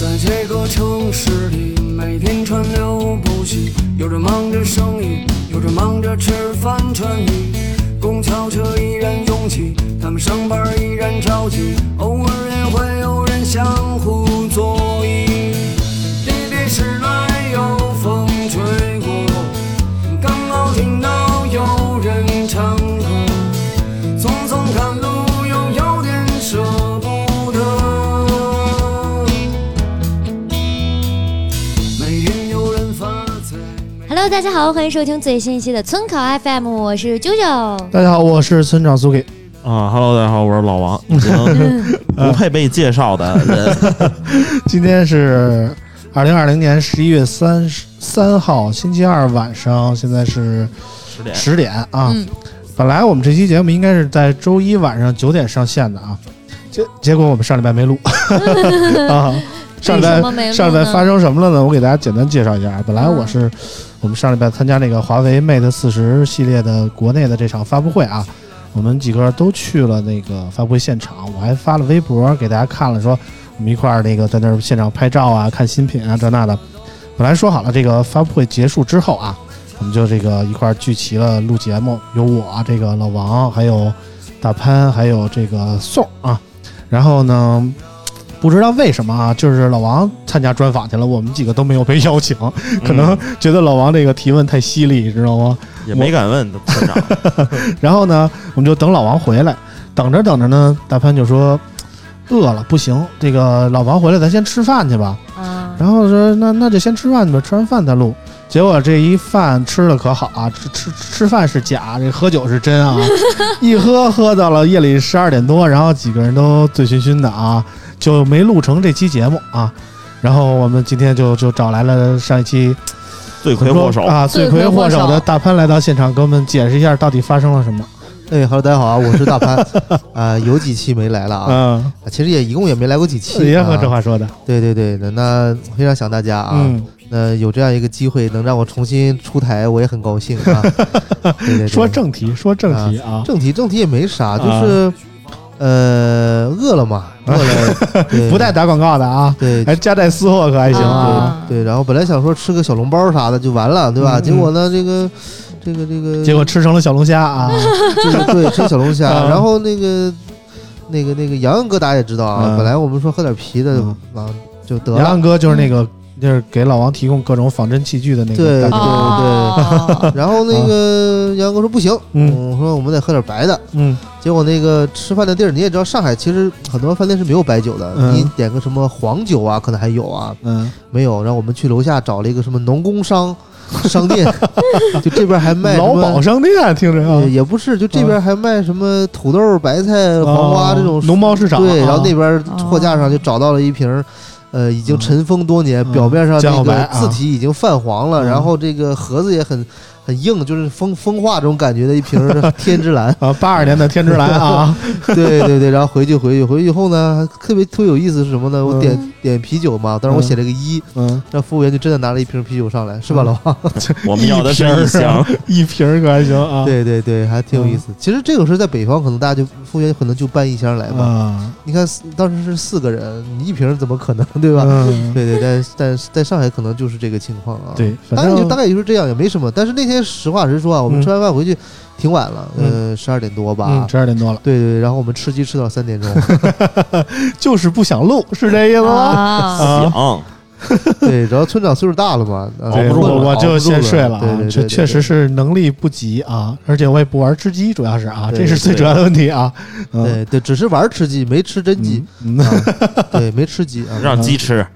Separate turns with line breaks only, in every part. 在这个城市里，每天川流不息，有人忙着生意，有人忙着吃饭穿衣。公交车依然拥挤，他们上班依然着急，偶尔也会有人相互作揖。离别时来有风吹过，刚好听到有人唱歌，匆匆赶路又有点舍不得。每天有人发财。
Hello，大家好，欢迎收听最新一期的村口 FM，我是啾啾。
大家好，我是村长苏给。
啊哈喽，大家好，我是老王，已经
嗯
不配被介绍的人。
今天是二零二零年十一月三十三号星期二晚上，现在 是
十点
十点啊。
嗯
本来我们这期节目应该是在周一晚上九点上线的啊，结结果我们上礼拜没录 啊。上礼
为什么没录
拜
呢
上礼拜发生什么了呢？我给大家简单介绍一下啊。本来我是我们上礼拜参加那个华为 Mate 四十系列的国内的这场发布会啊，我们几个都去了那个发布会现场，我还发了微博给大家看了，说我们一块儿那个在那儿现场拍照啊，看新品啊这那的。本来说好了，这个发布会结束之后啊，我们就这个一块儿聚齐了录节目，有我啊这个老王，还有大潘，还有这个宋啊。然后呢，不知道为什么啊，就是老王参加专访去了，我们几个都没有被邀请，可能觉得老王这个提问太犀利，知道吗？
嗯 也没敢问村长，
然后呢，我们就等老王回来，等着等着呢，大潘就说饿了，不行，这个老王回来咱先吃饭去吧。
啊，
嗯
然后说那那就先吃饭去吧，吃完饭再录。结果这一饭吃的可好啊，吃吃吃饭是假，这喝酒是真 啊！一喝喝到了夜里十二点多，然后几个人都醉醺醺的啊，就没录成这期节目啊。然后我们今天就就找来了上一期
罪魁祸首。
啊，罪魁祸首
罪魁祸
的
首
大潘来到现场，给我们解释一下到底发生了什么。
哎哈喽，大家好啊，我是 大潘，啊、有几期没来了啊，
嗯，
其实也一共也没来过几期、啊，
也和这话说的，
对对对，那那非常想大家啊，
嗯，
那有这样一个机会能让我重新出台，我也很高兴 啊。对对对
说正题，说正题啊，
正题，正题也没啥，就是、呃，饿了嘛，饿了，对
不带打广告的啊，
对
还夹带私货可还行啊。
啊
对，然后本来想说吃个小笼包啥的就完了，对吧？
嗯嗯
结果呢，这个这个这个，
结果吃成了小龙虾啊，
就是对吃小龙虾，
啊
然后那个那个那个洋洋哥大家也知道啊，
嗯
本来我们说喝点啤的
嗯
啊就得
杨
了
洋，哥就是那个，就是给老王提供各种仿真器具的那个
对
啊
大哥。
哦，
然后那个洋洋哥说不行，
啊嗯
我说我们得喝点白的。
嗯
结果那个吃饭的地儿你也知道，上海其实很多饭店是没有白酒的，
嗯
你点个什么黄酒啊，可能还有啊，
嗯，
没有。然后我们去楼下找了一个什么农工商商店， 就这边还卖什
老
么
宝商店听着啊
也，也不是，就这边还卖什么土豆、白菜、黄瓜这种
啊农贸市场啊，
对，然后那边
哦
货架上就找到了一瓶儿，呃，已经尘封多年，
嗯
表面上
酱
那
油白
个
啊
字体已经泛黄了，
嗯
然后这个盒子也很很硬，就是风风化这种感觉的一瓶 儿天之蓝。
啊八二年的天之蓝啊，
对对对，然后回去回去回去以后呢，特别特别有意思是什么呢？我
嗯
点点啤酒嘛，当时我写了个一，
嗯，
让服务员就真的拿了一瓶啤酒上来，是吧，
嗯
老王？
我们要的是一箱，
一瓶儿可还行啊。嗯
对对对，还挺有意思。其实这个事儿在北方，可能大家就服务员可能就搬一箱来吧。
啊，
你看当时是四个人，你一瓶儿怎么可能对吧？
嗯，
对对，但但是在上海可能就是这个情况啊。，
对，
大
反
概就
正嗯
大概就是这样，也没什么。但是那天实话实说啊，我们吃完饭回去挺晚了，呃，十二点多吧
嗯。十二点多了，
对对对，然后我们吃 鸡吃到三点钟，
哦
哎就是不想录，是这意思吗？
啊，
啊
想
对，然后村长岁数大了嘛，
熬
熬
不住了
我我
熬不
就
住
先睡
了
了，
对
啊
对，
确
对
确实。是能力不及啊，而且我也不玩吃鸡，主要是啊，
对
这是最主要的问题啊。
对对
嗯
对对，只是玩吃鸡，没吃真鸡，
嗯，
啊对，没吃鸡啊，
让鸡吃，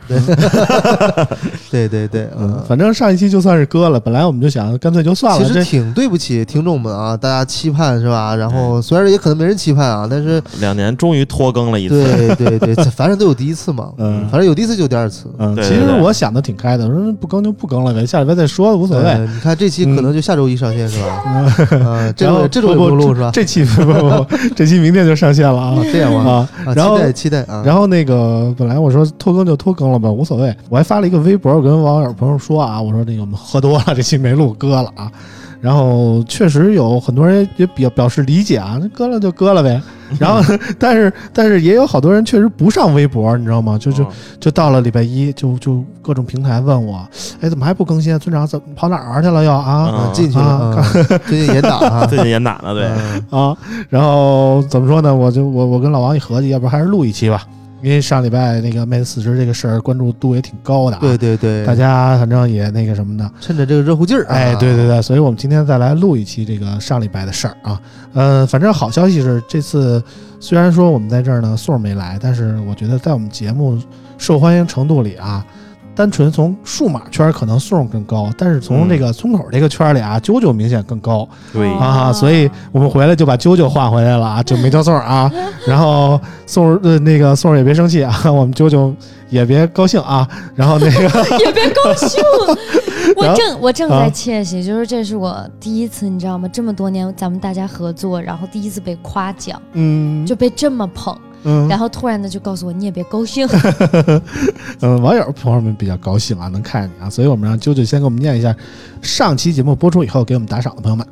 对对对，嗯
嗯，反正上一期就算是割了，本来我们就想干脆就算
其
了，
实
这
挺对不起听众们啊，大家期盼是吧？然后虽然也可能没人期盼啊，但是
两年终于拖更了一次，
对对对，凡事都有第一次嘛，
嗯
反正有第一次就有第二次，
嗯，
对
其
对
实
对
我想的挺开的，我说不更就不更了呗，下礼拜再说无所谓。
呃你看这期可能就下周一上线是吧？ 嗯，这
然
种
后
这种也
不
不用录
这
是吧？
这期不不 不，这期明天就上线了啊
啊，这样啊，
啊！
啊
然后
期待期待啊，
然后那个本来我说拖更就拖更了吧，无所谓。我还发了一个微博，我跟网友朋友说啊，我说那个我们喝多了，这期没录，割了啊。然后确实有很多人也表表示理解啊，那割了就割了呗。然后 但是但是也有好多人确实不上微博，你知道吗？就就
嗯
就到了礼拜一，就就各种平台问我，哎，怎么还不更新啊？村长怎么跑哪儿去了又啊？
啊
嗯
进去了，
啊
啊 最近严打 啊，
最近严打呢，对，
嗯
啊，然后怎么说呢？我就我我跟老王一合计，要不然还是录一期吧，因为上礼拜那个妹子辞职这个事儿关注度也挺高的、啊，
对，对对，
大家反正也那个什么的，
趁着这个热乎劲儿啊，
哎，对对对，所以我们今天再来录一期这个上礼拜的事儿啊，呃，反正好消息是这次虽然说我们在这儿呢宋儿没来，但是我觉得在我们节目受欢迎程度里啊。单纯从数码圈儿可能宋儿更高，但是从
嗯哦
这个村口这个圈儿里啊，啾啾明显更高。
对
啊，所以我们回来就把啾啾换回来了啊，就没叫宋儿啊。然后宋儿呃那个宋儿也别生气啊，我们啾啾也别高兴啊。然后那个
也别高兴。
然
我
后
正我正
啊
在窃喜，就是这是我第一次，你知道吗？这么多年咱们大家合作，然后第一次被夸奖，
嗯
就被这么捧，
嗯
然后突然的就告诉我你也别高兴。
嗯，网友朋友们比较高兴啊，能看见你啊，所以我们让啾啾先给我们念一下上期节目播出以后给我们打赏的朋友们。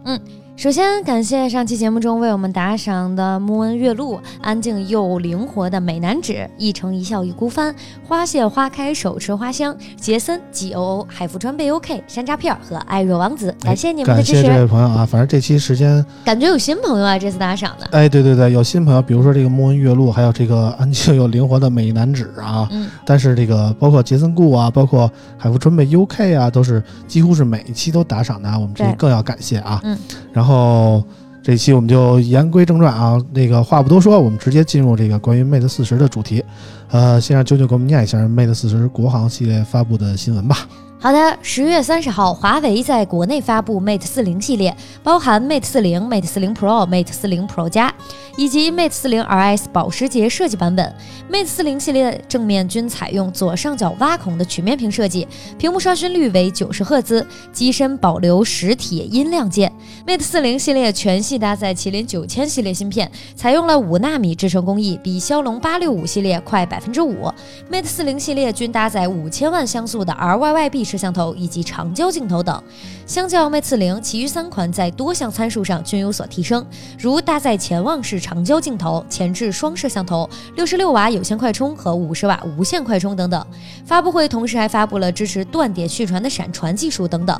首先感谢上期节目中为我们打赏的穆恩月露、安静又灵活的美男子、一城一笑一孤帆、花谢花开手持花香、杰森、G O O、海服川贝 O K、山楂片儿和爱若王子，感谢你们的
感
支
谢这
持。
位朋友啊，反正这期时间，
感觉有新朋友啊，这次打赏的。
哎，对对对，有新朋友，比如说这个莫文月露，还有这个安静又灵活的美男子啊，
嗯，
但是这个包括杰森顾啊，包括海富川贝 UK 啊，都是几乎是每一期都打赏的啊，我们这
对
更要感谢啊。
嗯，
然后这一期我们就言归正传啊，那个话不多说，我们直接进入这个关于 Mate 四十的主题。呃，先让啾啾给我们念一下 Mate 四十国行系列发布的新闻吧。
好的，十月三十号，华为在国内发布 Mate 四零系列，包含 Mate 四零、Mate 四零 Pro、Mate 四零 Pro 加，以及 Mate 四零 RS 保时捷设计版本。Mate 四零系列正面均采用左上角挖孔的曲面屏设计，屏幕刷新率为九十赫兹，机身保留实体音量键。Mate 四零系列全系搭载麒麟九千系列芯片，采用了五纳米制程工艺，比骁龙八六五系列快百分之五。Mate 四零系列均搭载五千万像素的 RYYB 摄像头以及长焦镜头等。相较 Mate 四零，其余三款在多项参数上均有所提升，如搭载潜望式长焦镜头、前置双摄像头、六十六瓦有线快充和五十瓦无线快充等等。发布会同时还发布了支持断点续传的闪传技术等等。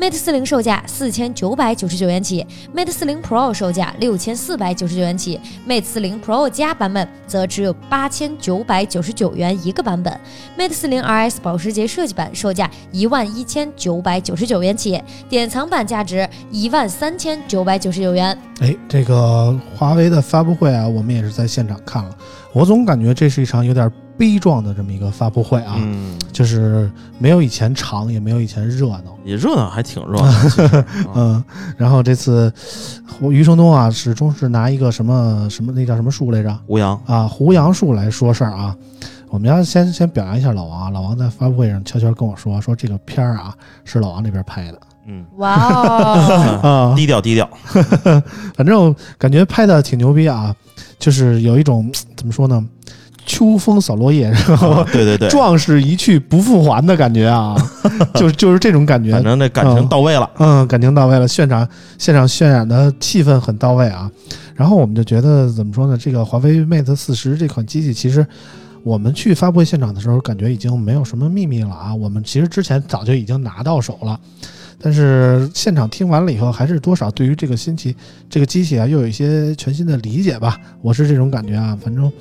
Mate 四零售价四千九百九十九元起，Mate 四零 Pro 售价六千四百九十九元起，Mate 四零 Pro 加版本则只有八千九百九十九元一个版本，Mate 四零 RS 保时捷设计版售价一万一千九百九十九元起，典藏版价值一万三千九百九十九元。
哎，这个华为的发布会啊，我们也是在现场看了，我总感觉这是一场有点悲壮的这么一个发布会啊，
嗯，
就是没有以前长，也没有以前热闹。
也热闹，还挺热闹，其实啊
嗯，然后这次我余承东啊，始终是拿一个什么什么那叫什么树来着
吴阳，
啊，胡杨树来说事儿啊。我们要先先表扬一下老王啊，老王在发布会上悄悄跟我说，说这个片儿啊是老王这边拍的
嗯，
哇哦！
啊，
低调低调，
反正感觉拍的挺牛逼啊，就是有一种怎么说呢，秋风扫落叶，然后
啊对对对，
壮士一去不复还的感觉 啊，就是就是这种感觉，
反正那感情到位了，
嗯，感情到位了，现场现场渲染的气氛很到位啊。然后我们就觉得怎么说呢？这个华为 Mate 四十这款机器，其实我们去发布会现场的时候，感觉已经没有什么秘密了啊。我们其实之前早就已经拿到手了，但是现场听完了以后，还是多少对于这个新奇这个机器啊，又有一些全新的理解吧。我是这种感觉啊，反正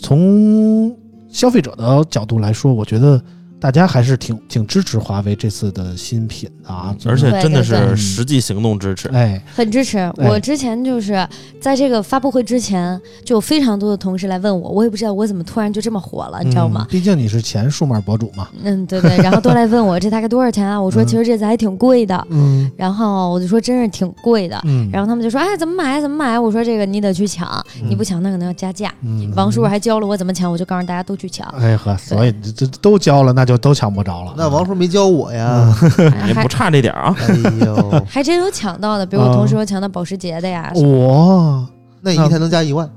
从消费者的角度来说，我觉得大家还是挺挺支持华为这次的新品的啊，
而且真的
对嗯
对
是实际行动支持。
哎，
很支 持。我之前就是在这个发布会之前，就有非常多的同事来问我，我也不知道我怎么突然就这么火了，你知道吗
嗯？毕竟你是前数码博主嘛，
嗯，对对，然后都来问我这大概多少钱啊？我说
嗯
其实这次还挺贵的，
嗯
然后我就说真是挺贵的，
嗯，
然后他们就说哎怎么买怎么买？我说这个你得去抢，你不抢那可能要加价。
嗯
王叔还教了我怎么抢，我就告诉大家都去 抢，
哎呵，所以这这都交了，那就都抢不着了。
那王叔没教我
啊
呀，
也不
还
差这点儿啊，
哎 呦，
还真有抢到的，比如我同事有抢到保时捷的呀，
哦我
那一台能加一万，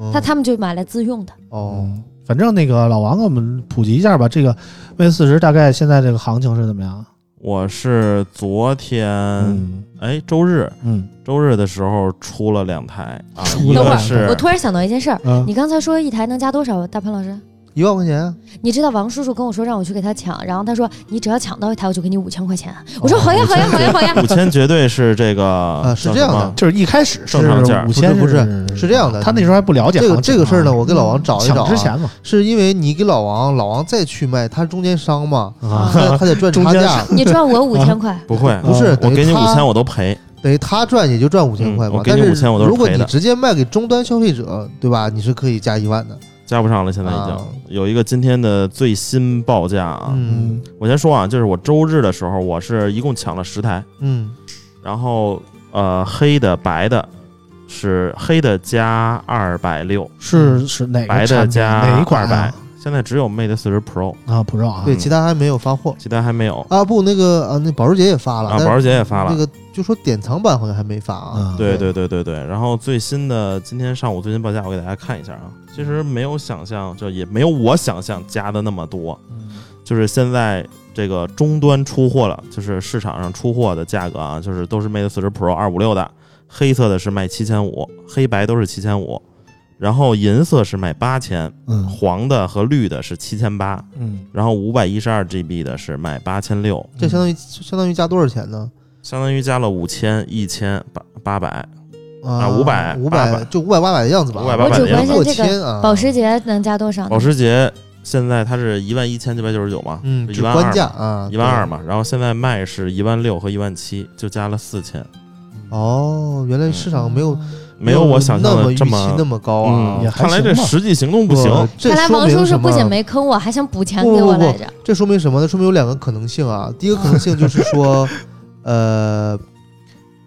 嗯
他他们就买来自用的。
哦，
嗯，反正那个老王给我们普及一下吧，这个 Mate 四十大概现在这个行情是怎么样？
我是昨天
嗯
哎周日
嗯
周日的时候出了两台啊，
出
一
等
了
会
个
儿，我
是
突然想到一件事儿，
嗯
你刚才说一台能加多少？大潘老师，
一万块钱啊，
你知道王叔叔跟我说让我去给他抢，然后他说你只要抢到一台，我就给你五千块钱。我说好呀好呀好呀好呀。
五千，绝对是这个
是这样的
啊就是一开始是
正常价
五千，
不是
是
是这样的
他那时候还不了解
这个
行情
这
啊嗯
个事儿呢，我跟老王找一找
抢
啊
之前嘛
是因为你给老王，老王再去卖，他是中间商嘛，
啊，
他他得 赚
中
差
间
价，
你赚我五千块，
不会，
啊
不是
我
等于
给你
他
五千我都赔，
等于他赚也就赚五千
嗯
块嘛
我。给
但
你
是
5000我都是
如果
赔
你
的
直接卖给终端消费者，对吧？你是可以加一万的。
加不上了，现在已经
啊
有一个今天的最新报价啊，
嗯
嗯
我先说啊，就是我周日的时候，我是一共抢了十台，
嗯
然后呃黑的白的。是黑的加二百六，
是是哪
白
个
的
产品
加
哪一款
200
啊
现在只有 Mate 四十 Pro，
啊 Pro 啊？
对，
嗯
其他还没有发货
其他还没有。
啊。不，那个啊，那保时捷也发了，
啊，
但
保时捷也发了
那。个就说典藏版好像还没发啊
嗯。
对对对对对，然后最新的今天上午最新报价，我给大家看一下啊。其实没有想象，就也没有我想象加的那么多，就是现在这个终端出货了，就是市场上出货的价格啊，就是都是 Mate 四十 Pro 二五六的，黑色的是卖七千五，黑白都是七千五，然后银色是卖八千，
嗯
黄的和绿的是七千八，
嗯
然后五百一十二 GB 的是卖八千六，
这相当于相当于加多少钱呢？
相当于加了五千、一千、八八百。
啊，
500
五百
800
就五百八百的样子吧，
500
我只
800的
关
样子
心
过
这
千
个
啊，
保时捷能加多少呢？
啊
保时捷现在它是一万一千九百九十九嘛，
嗯，
是
只
一万
官
二
价
嘛，
啊，
一万二嘛，然后现在卖是一万六和一万七，就加了四千，
对。哦，原来市场没有
嗯没有我想象
那么
的
预
这
期
么
那。么高
嗯
啊
也，还
看来这
行吧
实际行动不行
哇，这
看来
说
王叔
明
叔
什
不
么？
仅没坑我，还想补钱
不
给我
不不
来着。
这说明什么呢？说明有两个可能性啊。第一个可能性就是 说，呃，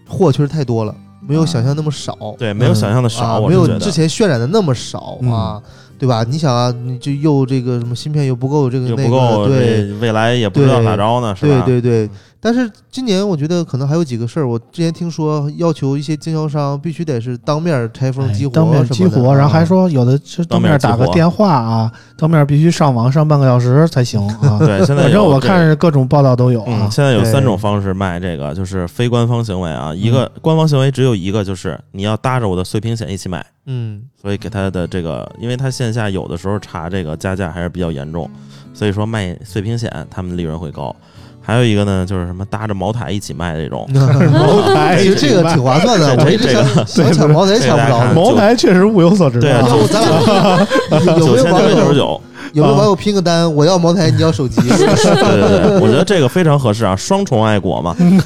货确实太多了，没有想象那么少，
嗯对，没有想象的少，
啊，
我
没
是
有
觉
之
得。嗯
前渲染的那么少啊，对吧？你想啊，你就又这个什么芯片又不够，这个
又
那
不
个
够，
对。
这未来也不知道咋着呢，是
对
吧？嗯
对对，但是今年我觉得可能还有几个事儿，我之前听说要求一些经销商必须得是当面拆封
哎
激活什
当
么的、啊
面激活，然后还说有的是当面打个电话啊，当面必须上网上半个小时才 行啊。
对，现在
反正
有
我
这个
看是各种报道都有啊
嗯，。现在有
对
三种方式卖这个，就是非官方行为啊。一个官方行为只有一个，就是你要搭着我的碎屏险一起买，
嗯，
所以给他的这个，因为他线下有的时候查这个加价还是比较严重，所以说卖碎屏险他们的利润会高。还有一个呢，就是什么搭着茅台一起卖这种，
台
其实这个挺划算的，
哎这
我一直
这 个
想想抢茅台抢不着呢。
茅台确实物有所值
嗯 对
啊
啊，
咱俩 有
九
没
千
有
九
网
百九十啊
友
九，
有没有网友拼个单？我要茅台，你要手机。
对对对，我觉得这个非常合适啊，双重爱国嘛，
嗯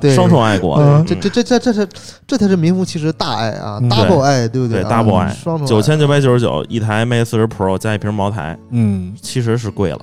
对，
双重爱国，
嗯
这这这这这是这才是名副其实的大爱啊
嗯
，double 爱，对不
对
啊
double 爱
双
嗯
重
九千九百九十九一台 Mate 四十 Pro 加一瓶茅台，
嗯，
其实是贵了，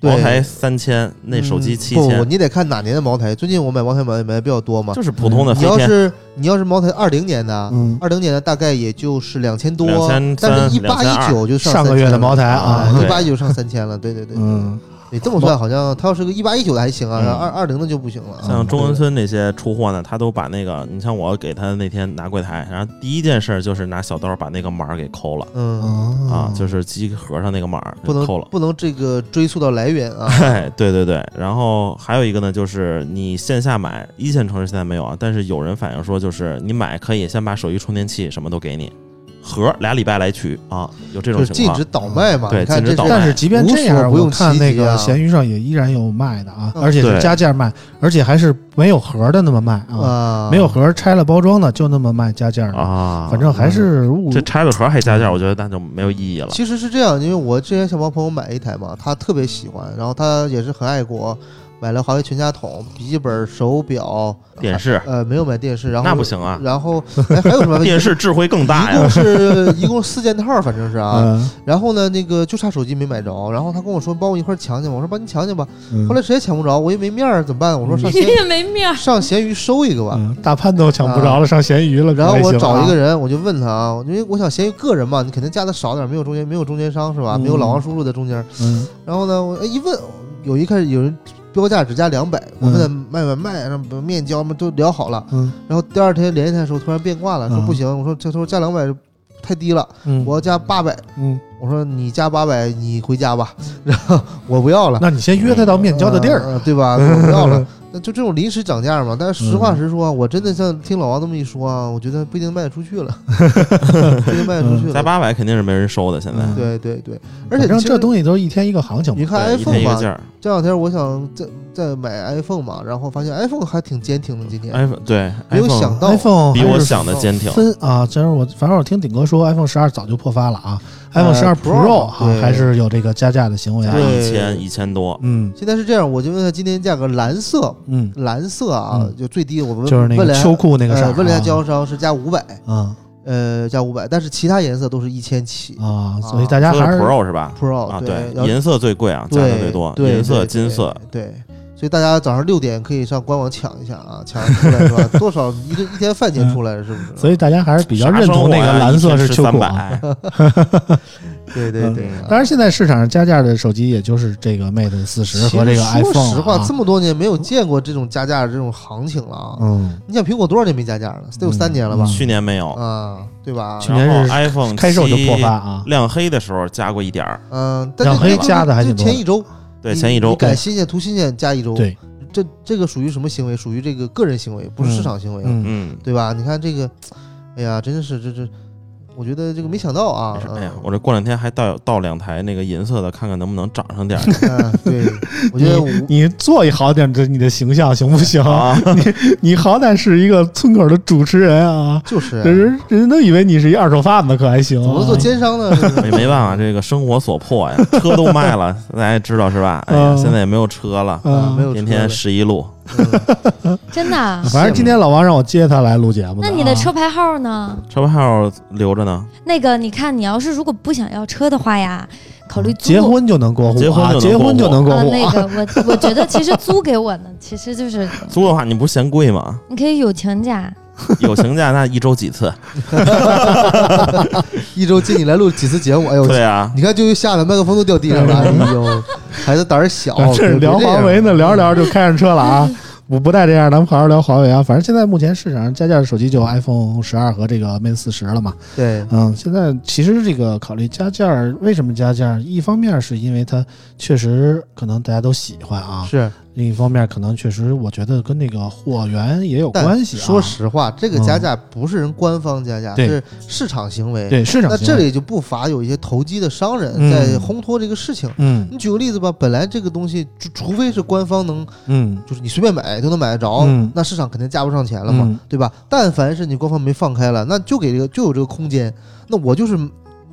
对
茅台三千，那手机
嗯
七
不不，
千，
你得看哪年的茅台。最近我买茅台买买的比较多嘛，
就是普通的
你
黑
要
天。
是你要是茅台二零年的
嗯，
二零年的大概也就是两千多
2300，
但是一八一九就
上个月的茅台啊
对
一八一九上三千了，对对对，
嗯，
你这么算好像它要是个一八一九的还行啊，
嗯
然后二二零的就不行了啊。
像中关村那些出货呢，他都把那个，你像我给他那天拿柜台，然后第一件事就是拿小刀把那个码儿给抠了、
嗯，
啊，就是是机盒上那个码儿
不能
抠嗯了。。
不能这个追溯到来源啊
哎，对对对，然后还有一个呢，就是你线下买，一线城市现在没有啊，但是有人反映说，就是你买可以先把手机充电器什么都给你，盒儿俩礼拜来取啊，有 这
就
种
是
情
禁
况
止。倒卖嘛。
对
你看
禁止
这
倒
是
卖
但是即便这
哎无
样，
所不用
我看
其
那
极
个
啊
闲鱼上也依然有卖的啊，
嗯
而且是
对
加价卖，而且还是没有盒儿的那么卖啊，
啊，
没有盒儿拆了包装的就那么卖加价的，
啊，
反正还是物
这拆了盒儿还加价，
嗯
我觉得那就没有意义了。
其实是这样，因为我之前想帮朋友买一台嘛，他特别喜欢，然后他也是很爱国，买了华为全家桶、笔记本、手表，
电视
呃，没有买电视，然后
那不行啊，
然后哎还有什么
电视智慧更大
一
呀
共。是一共四件套，反正是啊。
嗯
然后呢，那个就差手机没买着，然后他跟我说帮我一块儿抢抢吧，我说帮你抢抢吧。
嗯
后来谁也抢不着，我也没面儿，怎么办？我说上
你
闲
也没面儿。
上闲鱼收一个吧。
嗯大潘都抢不着了，上闲鱼了，
啊然后
可
我
还行啊
找一个人，我就问他啊，因为我想闲鱼个人嘛，你肯定加的少点儿，没有中间没有中间商是吧？
嗯
没有老王叔叔的中间。
嗯
然后呢，我哎一问，有一开始有人标价只加两百，我问他卖不卖，然后面交嘛都聊好了。
嗯
然后第二天联系他的时候突然变卦了，说
嗯
不行，我说这他说加两百太低了，
嗯，
我要加八百。
嗯，
我说你加八百，你回家吧。 然后我不要了，
那你先约他到面 交的地儿，
呃 对吧？我不要了。那就这种临时涨价嘛，但是实
嗯
话实说啊，我真的像听老王这么一说啊，我觉得不一定卖得出去 了，不一定卖得出去
加
了。
八百肯定是没人收的，现在。
嗯
对对对，而且
反正这
西，
东西都是一天一个行情
你
嘛，
看
对一天
iPhone
一个
嘛
价，儿
这两天我想再再买 iPhone 嘛，然后发现 iPhone 还挺坚挺的，今年
，iPhone 对，
没有
哎 iPhone
想到
iPhone
比
还
我
是
想的坚挺。
分啊，真是我，反正我听顶哥说，iPhone 十二早就破发了啊，iPhone 十二 Pro 哈、
哎对
还是有这个加价的行为啊
加，
对
一千一千多，
嗯
现在是这样，我就问他今天价格，蓝色
嗯，
蓝色啊
嗯，
就最低，我问
就是那
问
个
了一下
秋裤那个事儿、
呃问了一下经销商是加五百，
啊
呃，加五百，但是其他颜色都是一千起
啊啊，所以大家
说的
还
是
是
Pro 是吧？
，Pro
啊，
哦对，然后
银色最贵啊，加的
对
最多，
对
银色、
对
金色，
对，对所以大家早上六点可以上官网抢一下啊，抢出来是吧？ 多少一个一天饭钱出来了是不是？
嗯所以大家还是比较认同那个蓝色是秋裤、啊。
三百，
对对对啊，
嗯当然，现在市场上加价的手机也就是这个 Mate 四十和这个
其实
iPhone
说实话，
啊
这么多年没有见过这种加价的这种行情了啊！
嗯，
你想苹果多少年没加价了？得有三年了吧？
去年没有，
啊，对吧？
去年是
然后 iPhone
开售就
7
破发啊，
亮黑的时候加过一点儿，
嗯，但
两
是
黑
这
加的还
就
挺多
前一周，
对，
你
前一
你
周
改新鲜图新鲜加一周，
对，
这这个属于什么行为？属于这个个人行为，不是市场行为啊，
嗯，
嗯，
对吧？你看这个，哎呀，真是这这，我觉得这个没想到啊
没事，
嗯
哎呀，我这过两天还到到两台那个银色的，看看能不能涨上点 儿
嗯， 对，我觉得我
你做一好点，这你的形象行不行？
啊。
你好歹是一个村口的主持人啊，
就是啊
人人都以为你是一二手贩子，可还行、啊
怎么做 奸商呢？是 不是
没没办法，这个生活所迫呀，车都卖了，大家也知道是吧？哎呀，
嗯
现在也没有车了，
啊
嗯，
没有
天
车
天
了
十一路，
嗯
真的啊？
反正今天老王让我接他来录节目的啊。
那你的车牌号呢？
车牌号留着呢。
那个，你看，你要是如果不想要车的话呀，考虑租。
啊结婚就能过户
结婚
啊，
就能
结婚就能过
啊，
户
那
啊。，
个我我觉得其实租给我呢，其实就是
租的话，你不是嫌贵吗？
你可以友情价，
友情价那一周几次？
一周接你来录几次节目，哎呦，
对啊，
你看，就吓得麦克风都掉地上了。哎呦，孩子胆儿小
啊这是聊华为呢，聊着聊着就开上车了啊！我不带这样，咱们好好聊华为啊。反正现在目前市场上加价的手机就有 iPhone 十二和这个 Mate 四十了嘛。
对，
嗯，现在其实这个考虑加价，为什么加价？一方面是因为它确实可能大家都喜欢啊，
是。
另一方面可能确实我觉得跟那个货源也有
但
关系、啊。嗯
说实话，这个加价不是人官方加价，
对
是市场行为。
对市场
那
行
这
为
里就不乏有一些投机的商人
嗯
在烘托这个事情。
嗯
你举个例子吧，本来这个东西，就除非是官方能，
嗯
就是你随便买都能买得着
嗯，
那市场肯定加不上钱了嘛
嗯，
对吧？但凡是你官方没放开了，那就给这个就有这个空间。那我就是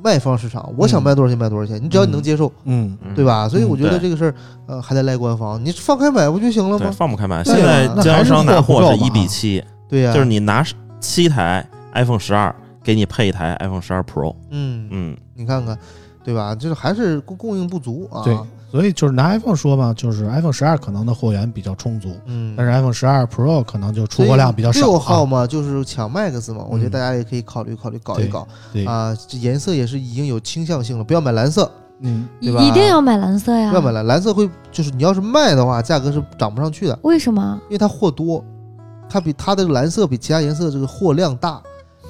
卖方市场，我想卖多少钱卖多少钱，你只要你能接受，
嗯
对？吧？所以
嗯
我觉得
对
这个事儿，呃，还得赖官方，你放开买不就行了
对，
吗？
放不开买。
对
现在
啊那
经销商拿货
还是货不
是
够
一
吧
比七，
对呀、
就是你拿七台 iPhone 十二，给你配一台 iPhone 十二 Pro。
嗯，
嗯，
你看看，对吧？就是还是供供应不足啊。
对，所以就是拿 iPhone 说嘛，就是 iPhone 十二可能的货源比较充足，
嗯，
但是 iPhone 十二 Pro 可能就出
所以
货量比较少、啊。
六号嘛，就是抢 Max 嘛，我觉得
嗯
大家也可以考虑考虑，搞一搞
对，
啊。这颜色也是已经有倾向性了，不要买蓝色，
嗯，
一
对吧
一定要买蓝色呀
不要。买蓝，蓝色会就是你要是卖的话，价格是涨不上去的，
为什么？
因为它货多，它比它的蓝色比其他颜色这个货量大，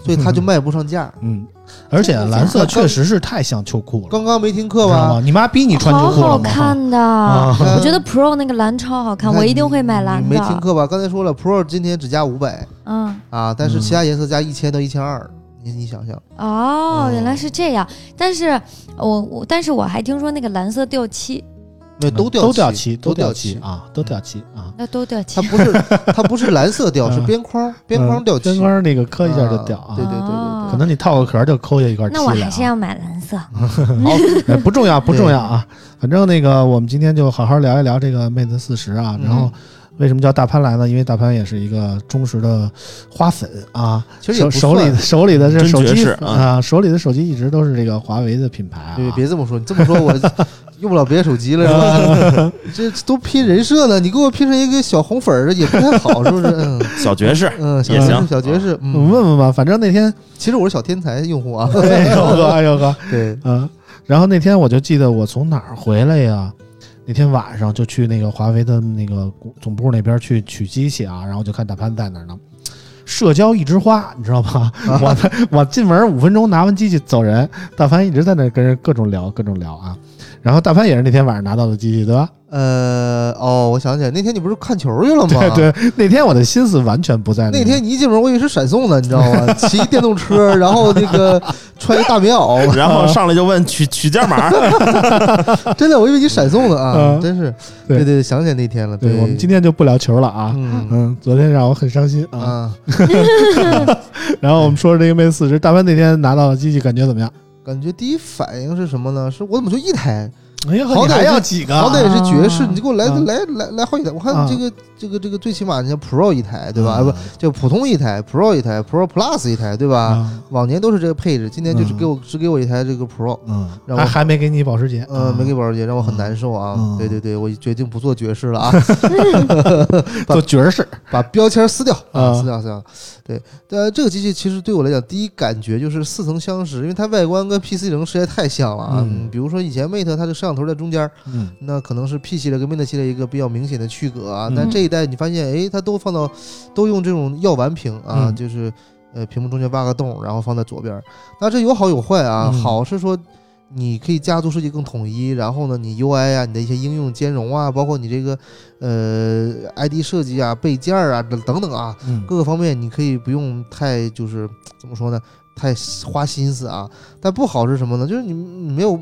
所以 它就卖不上价。
嗯，而且蓝色确实是太像秋裤了，
刚刚没听
知
课
道
吧
吗？？你妈逼你穿秋
好
裤了
好
吗？
看的，
啊，
我
我觉得 Pro 那个蓝超好看，
你看
我一定会买蓝
你
的。
没听课吧？刚才说了，Pro 今天只加五百
嗯，
啊，但是其他颜色加一千到一千二，你你想想，
哦，
嗯
原来是这样。但是我我但是我还听说那个蓝色掉漆，
那都掉
都掉
漆，
漆，
都
掉
漆。
啊，都掉漆啊。
那都掉漆
它。不是它不是蓝 色掉，是
嗯
边框边框掉漆，
边框那个磕一下就掉
对
啊，
对对
哦
对
可能你套个壳就抠下一块漆
那我
来
还是
啊。
要买蓝色。哦
哎不重要，不重要啊。反正那个我们今天就好好聊一聊这个 Mate 四十啊，
嗯
然后。为什么叫大潘来呢？因为大潘也是一个忠实的花粉啊，
对，其实也
手手
不
里
算
的。手里的这
真
手
绝
机
世啊
啊，手里的手机一直都是这个华为的品牌啊。
对，别这么说，你这么说我 用不了别的手机了是 吧？这都拼人设呢，你给我拼成一个小红粉儿的也不太好，是不是？嗯
小爵 士，
嗯，小
也
爵士
行啊
小爵士，
我
嗯，
问问吧，反正那 天
其实我是小天才用户啊，
哎呦呵，哎呦呵，
对，
嗯，然后那天我就记得我从哪儿回来呀？那天晚上就去那个华为的那个总部那边去取机器啊，然后就看大潘在那儿呢。社交一枝花，你知道吧？
啊
我在 我进门五分钟拿完机器走人，大潘一直在那儿跟人各种聊各种聊啊。然后大潘也是那天晚上拿到的机器，对吧？
呃，哦，我想起来，那天你不是看球去了吗？
对对，那天我的心思完全不在
那
个
天你一进门，我以为是闪送呢，你知道吗？骑一电动车，然后那个穿一大棉 袄，
然后上来就问取取件码，
哦真的，我以为你闪送呢啊，
嗯
真是，
对
对对，对想起来那天了。
对我们今天就不聊球了啊。
嗯
嗯，昨天让我很伤心啊。
啊，
然后我们说这个 Mate 四十，大潘那天拿到了机器，感觉怎么样？
感觉第一反应是什么呢？是我怎么就一台？
哎呀，
好歹
还
是
要几个啊？
好歹也是爵士，
啊
你就给我来
啊
来来来好几台。我
啊
看这个这个这个最起码人家 Pro 一台对吧？啊
嗯
不，就普通一台，Pro 一台，Pro Plus 一台对吧？
啊，
往年都是这个配置，今年就是
嗯
给我只给我一台这个 Pro。
嗯，
让
还
我
还没给你保时捷，嗯
呃，没给
我
宝儿姐，让我很难受啊！
嗯
对对对，我决定不做爵士了啊，
做爵士，
把标签撕掉
啊
啊，撕掉撕掉。对，呃，这个机器其实对我来讲，第一感觉就是似曾相识，因为它外观跟 PC 零实在太像了啊。
嗯
嗯，比如说以前 Mate 它的摄像头在中间，
嗯
那可能是 P 系列跟 Mate 系列一个比较明显的区隔啊。
嗯
但这一代你发现，哎，它都放到，都用这种药丸屏啊，
嗯
就是呃屏幕中间挖个洞，然后放在左边儿。那这有好有坏啊，
嗯
好是说。你可以家族设计更统一，然后呢，你 UI 啊，你的一些应用兼容啊，包括你这个呃 ID 设计啊、配件儿啊等等等啊，
嗯
各个方面你可以不用太就是怎么说呢，太花心思啊。但不好是什么呢？就是你你没有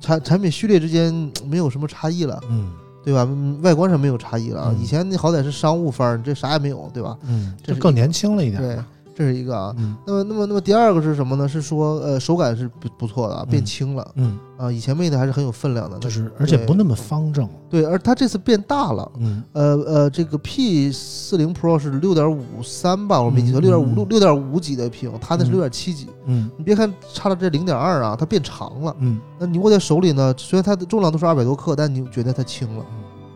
产产品序列之间没有什么差异了，
嗯
对吧？嗯外观上没有差异了啊。
嗯
以前那好歹是商务范儿，你这啥也没有，对吧？
嗯，
这
就是更年轻了一点，
对，这是一个啊。
嗯
那么，那么，那么第二个是什么呢？是说，呃，手感是不不错的啊，变
嗯
轻了
嗯，
啊。以前 Mate 还是很有分量的，那
就是而且不那么方正，
对，而它这次变大了，
嗯
呃呃，这个 P 四零 Pro 是六点五三吧，我没记错，
嗯
六点五六
嗯
六点五几的屏，它那是
嗯
六点七几。
嗯
你别看差了这零点二啊，它变长了。
嗯，
那你握在手里呢，虽然它的重量都是二百多克，但你觉得它轻了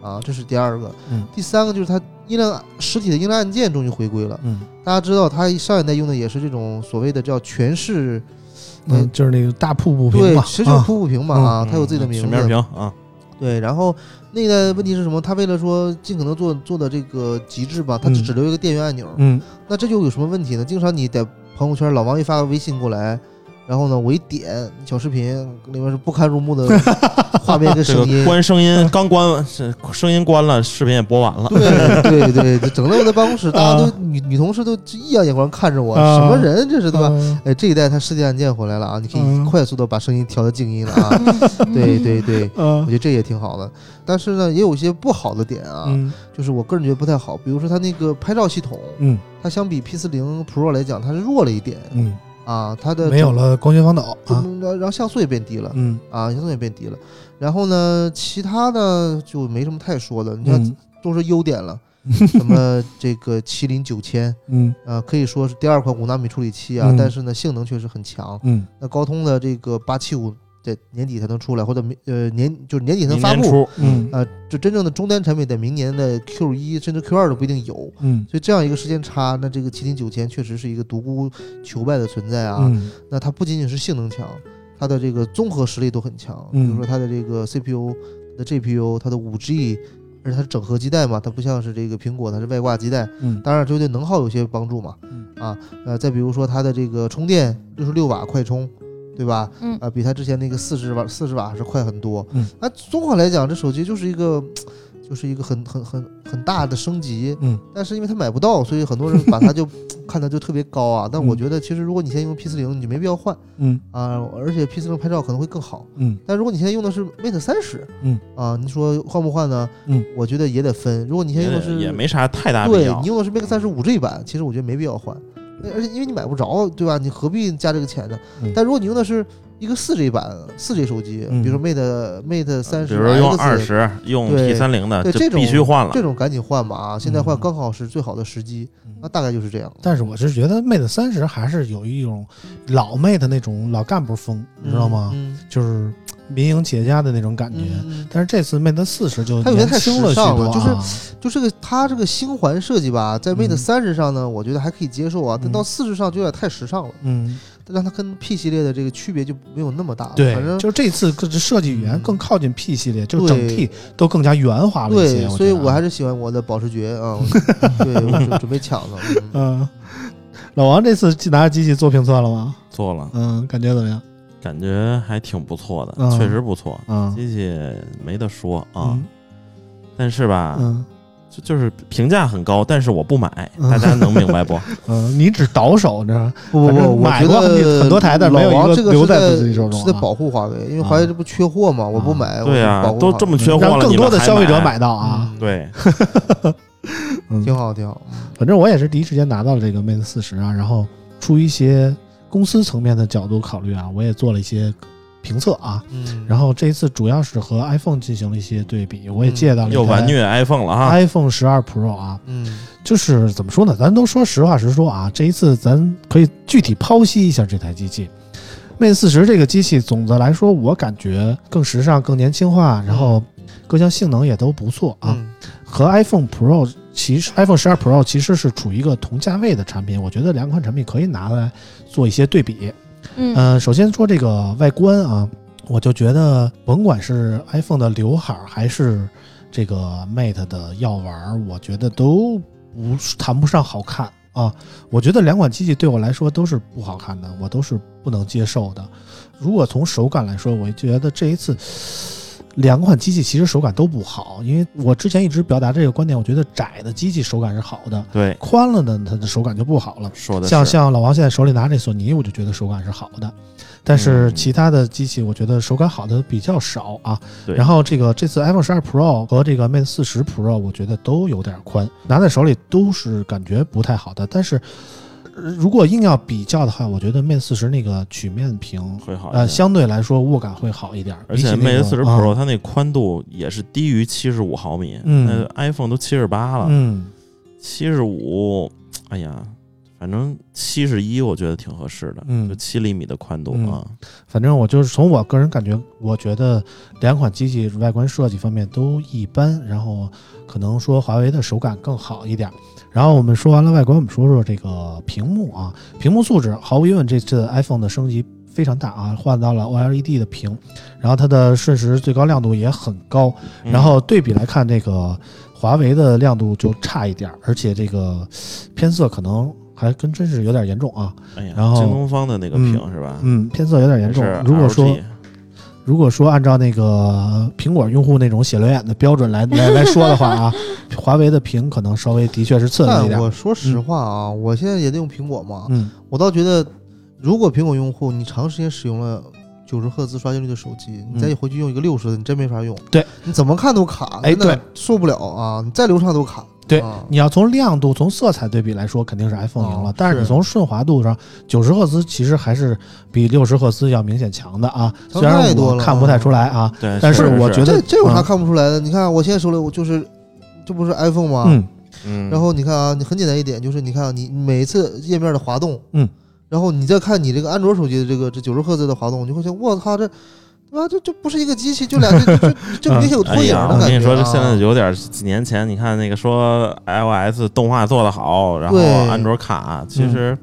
啊，这是第二个。
嗯
第三个就是它音量实体的音量按键终于回归了。
嗯
大家知道，它上一代用的也是这种所谓的叫全视，
嗯，就是那个大瀑布屏
对，
嘛，
其实就是
啊
瀑布屏嘛
嗯
啊，它有自己的
嗯
名
曲
字。
面屏啊，
对，然后那个问题是什么？它为了说尽可能做做的这个极致吧，它只
嗯
只留一个电源按钮。
嗯
那这就有什么问题呢？经常你在朋友圈，老王一发个微信过来，然后呢，我一点小视频里面是不堪入 目的画面跟
这
声
个
音。
关声音刚关，是声音关了，视频也播完了。
对对对，就整的我在办公 室，大家都
啊
女女同事都异样眼光看着我，
啊
什么人这是对吧？
嗯
哎，这一代它实体按键回来了啊，你可
嗯
以快速的把声音调到静音了 啊。对对对，我
嗯
觉得这也挺好的。但是呢，也有一些不好的点啊，
嗯
就是我个人觉得不太好。比如说它那个拍照系统，
嗯
它相比 P 四零 Pro 来讲，它是弱了一点
嗯，
啊，它的
没有了光学防抖啊，
嗯，然后然后像素也变低了、
嗯
啊，像素也变低了。然后呢，其他的就没什么太说的，你看
嗯
都是优 点了，什么这个麒麟九千
嗯
啊，可以说是第二款五纳米处理器啊，
嗯
但是呢，性能确实很强。
嗯
那高通的这个八七五在年底才能出来，或者明呃年就是年底才能
明
发
年
布。
初，
嗯
啊，这真正的终端产品在明年的 Q 一甚至 Q 二都不一定有，
嗯
所以这样一个时间差，那这个麒麟九千确实是一个独孤求败的存在啊。
嗯
那它不仅仅是性能强，它的这个综合实力都很强。
嗯
比如说它的这个 CPU、它的 GPU、它的 5G，而且它是整合基带嘛，它不像是这个苹果，它是外挂基带。
嗯
当然，这对能耗有些帮助嘛
嗯。
啊，呃，再比如说它的这个充电六十六瓦快充，对吧？
嗯
啊，比它之前那个四十瓦四十瓦是快很多。
嗯，
那综合来讲，这手机就是一个。就是一个很很很很大的升级，
嗯，
但是因为他买不到，所以很多人把它就 看看它就特别高啊，但我
嗯
觉得其实如果你现在用 P 四零，你就没必要换
嗯
啊，而且 P 四零拍照可能会更好。
嗯
但如果你现在用的是 Mate 三十，
嗯
啊，你说换不换呢？
嗯，
我觉得也得分。如果你现在用的是
也没啥太大必
对
要
你。用的是 Mate 三十五 G 版，其实我觉得没必要换，那而且因为你买不着，对吧？你何必加这个钱呢？
嗯
但如果你用的是一个四 G 版、四 G 手机，
嗯
比如说 Mate Mate 三
比
十，
如说用二十、用
对
P 三零的，
对
就
这种
必须换了
这。种赶紧换吧啊！现在换
嗯
刚好是最好的时机，
啊
那大概就是这样。
但是我是觉得 Mate 三十还是有一种老 Mate 那种老干部风，你知道吗？
嗯
就是民营企业家的那种感觉。
嗯嗯
但是这次 Mate 四十就
它有些
年
太时
轻了许
尚
多、
了
啊，
嗯就这个它这个星环设计吧，在 Mate
嗯
三十上呢，我觉得还可以接受啊，但
嗯
到四十上就有点太时尚了，
嗯，
让它跟 P 系列的这个区别就没有那么大了。
对
反，正
就这次更设计语言
嗯
更靠近 P 系列，就
对
整体都更加圆滑了一些。
对，所以
我觉得
我
啊
还是喜欢我 的保时捷啊，对，我准准备抢 的。嗯
嗯，老王这次拿着机器做评测了吗？
做了，
嗯，感觉怎么样？
感觉还挺不错的，
嗯
确实不错。
嗯
机器没得说啊，
嗯
但是吧，
嗯
就就是评价很高，但是我不买，
嗯
大家能明 白不？
嗯，你只倒手着，
不
反
不
正
不，我
买
觉
过
得
很多台但是没有
老王
一个
这个
留
是
在自己手中
是在
啊
保护华为，因为
啊
华为这不缺货嘛，我不
啊
买，我
对
保
啊，
护
都
华
这
为
么缺货
嗯让
了，
更
你
多
们
的
还
消费者
买
买。到啊。
对，
嗯
挺好挺好。
反正我也是第一时间拿到了这个 Mate 四十啊，然后出于一些公司层面的角度考虑啊，我也做了一些评测啊。
嗯，
然后这一次主要是和 iPhone 进行了一些对比，我也借到了
嗯又玩虐 iPhone 了啊！
iPhone 十二 Pro 啊，
嗯
就是怎么说呢？咱都说实话实说啊，这一次咱可以具体剖析一下这台机器。Mate 四十这个机器，总的来说我感觉更时尚、更年轻化，然后各项性能也都不错啊。
嗯
和 iPhone Pro 其实 iPhone 十二 Pro 其实是处于一个同价位的产品，我觉得两款产品可以拿来做一些对比。
嗯
嗯、首先说这个外观啊，我就觉得甭管是 iPhone 的刘海儿还是这个 Mate 的药丸儿，我觉得都不是谈不上好看啊。我觉得两款机器对我来说都是不好看的，我都是不能接受的。如果从手感来说，我觉得这一次。两款机器其实手感都不好，因为我之前一直表达这个观点，我觉得窄的机器手感是好的，
对，
宽了呢，它的手感就不好了。
说的
像
是
像老王现在手里拿这索尼，我就觉得手感是好的，但是
嗯
其他的机器我觉得手感好的比较少啊。
对
然后这个这次 iPhone 十二 Pro 和这个 Mate 四十 Pro，我觉得都有点宽，拿在手里都是感觉不太好的。但是、呃如果硬要比较的话，我觉得 Mate 四十那个曲面屏，
会好一
呃，
点。
相对来说握感会好一点，
而
比起
且
那
Mate
个
四十
啊
Pro 它那宽度也是低于七十五毫米，
嗯
那 iPhone 都七十八了，
嗯，
七十五，哎呀，反正七十一我觉得挺合适的，
嗯
就七厘米的宽度
嗯
啊，
反正我就是从我个人感觉，我觉得两款机器外观设计方面都一般，然后可能说华为的手感更好一点。然后我们说完了外观，我们说说这个屏幕啊，屏幕素质毫无疑问，这次 iPhone 的升级非常大啊，换到了 OLED 的屏，然后它的瞬时最高亮度也很高，
嗯
然后对比来看，这个华为的亮度就差一点儿，而且这个偏色可能还跟真是有点严重啊，
哎呀，
然后
京东方的那个屏
嗯
是吧？
嗯，偏色有点严重
是。
如果说
LG
如果说按照那个苹果用户那种写轮眼的标准 来来来说的话啊，华为的屏可能稍微的确是次了一
但
点。
哎我说实话啊，我现在也得用苹果嘛，
嗯
我倒觉得，如果苹果用户你长时间使用了九十赫兹刷新率的手机，你再
嗯
回去用一个六十的，你真没法用。
对，
你怎么看都卡，
哎
真的
对
受不了啊！你再流畅都卡。
对
啊
你要从亮度、从色彩对比来说，肯定是 iPhone 赢了。
哦
但是你
是
从顺滑度上，九十赫兹其实还是比六十赫兹要明显强的啊。
强
虽然
太多
我
了
看不太出来啊，
对，
但
是
我觉得
这这有啥
嗯
看不出来的？你看我现在手里我就是，这不是 iPhone 吗？
嗯
嗯，
然后你看啊，你很简单一点，就是你看、啊、你每一次页面的滑动，
嗯，
然后你再看你这个安卓手机的这个这九十赫兹的滑动，你就会想，我操，这啊，这这不是一个机器，就俩这这这 这明显有
哎
拖影
呀，
的
我
感觉、啊
跟你说，这现在有点几年前，你看那个说 iOS 动画做得好，然后
对
安卓卡，
嗯
其实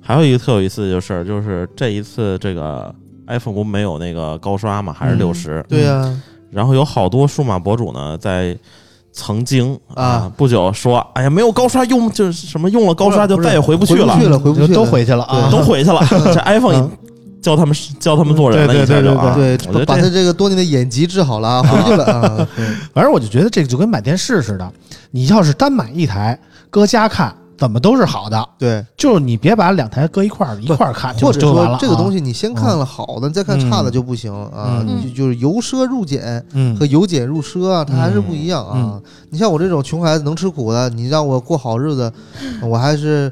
还有一个特有意思的就是，就是这一次这个 iPhone 不没有那个高刷嘛，还是
嗯
六十、
对呀、
然后有好多数码博主呢在。曾经
啊
不久说，哎呀，没有高刷用，就是什么用了高刷就
不是
再也回不去了，
回不去了，回不去了，
都回去了啊，
对
都回去 了。这 iPhone 教他们教他们做人了，
对对
一下就啊，
对
我觉得，
把
这
他这个多年的眼疾治好了啊，回去了啊。对
反正我就觉得这个就跟买电视似的，你要是单买一台，搁家看，怎么都是好的，
对，
就是你别把两台搁一块儿一块儿看，
或
就
者
就完了
说
啊。
这个东西你先
嗯
看了好的，你再看差的就不行啊，
嗯
你就就是由奢入俭
嗯
和由俭入奢啊，它还是不一样啊
嗯。
你像我这种穷孩子能吃苦的，你让我过好日子，我还是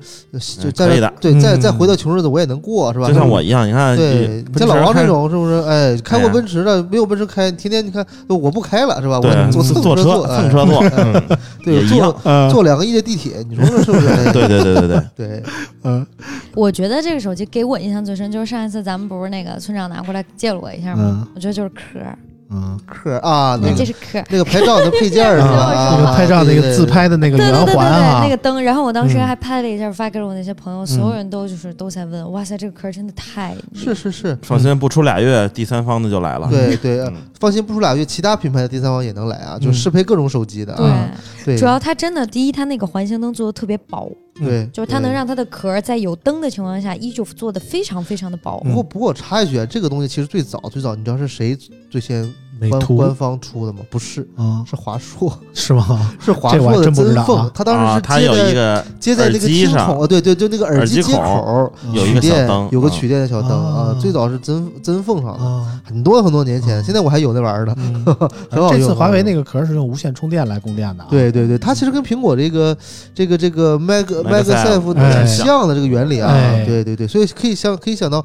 就
嗯
再
可以的
对再
嗯
再回到穷日子我也能过是吧？
就像我一样，你看，
对，你
奔驰
像老王
开
这种是不是？哎，开
哎
过
呀
奔驰的，没有奔驰开，天天你看我不开了是吧？
对
我坐
坐
车坐，
蹭
哎
车坐，嗯也
对，
一
坐
样
呃
坐两个亿的地铁，你说说是 不 是？
对对对对对，
对，
嗯
我觉得这个手机给我印象最深，就是上一次咱们不是那个村长拿过来借了我一下吗？
嗯
我觉得就是壳儿，
嗯，
壳儿啊，那
对，
个
这是壳儿。
那个拍照的配件儿是吧？
啊
啊
那个拍照那
对
个
对
自拍的那个
对对
圆
对对对，
环啊
那个，灯，然后我当时
嗯
还拍了一下，发给了我那些朋友，所有人都就是都在问，哇塞，这个壳儿真的太
是是是，
放心，不出俩月，第三方的就来了。
对对，呃
嗯
放心，不出俩月，其他品牌的第三方也能来啊，就
嗯
适配各种手机的
对
啊，，对，
主要它真的第一，它那个环形灯做的特别薄，
对，
嗯
就是它能
对。
让它的壳儿在有灯的情况下依旧做的非常非常的薄。
嗯
不过不过我插一句啊，这个东西其实最早最早，你知道是谁最先
美
官
图
官方出的吗？不是，
啊，
是华硕，
是吗？
是华
这我还
硕的
真不知
尊
道啊
凤，它当时
啊，
是
它
接
有
在
一个
接在那个
耳机
听
上
筒，呃，对对，就那个耳
耳
机
机
接
口
口
嗯
有一
取
个小
电
灯
有个
啊
取电的小灯啊
啊，
最早是真真凤上的，
啊，
很多很多年前，
嗯
现在我还有那玩意儿呢，
嗯
很好用。
这次华为那
个。
个壳是用无线充电来供电的啊，
对对对，它其实跟苹果这个这个这个麦克麦
麦
克
克
赛
赛
夫
哎
很像的这个原理啊，
哎
对对对，所以可以想可以想到，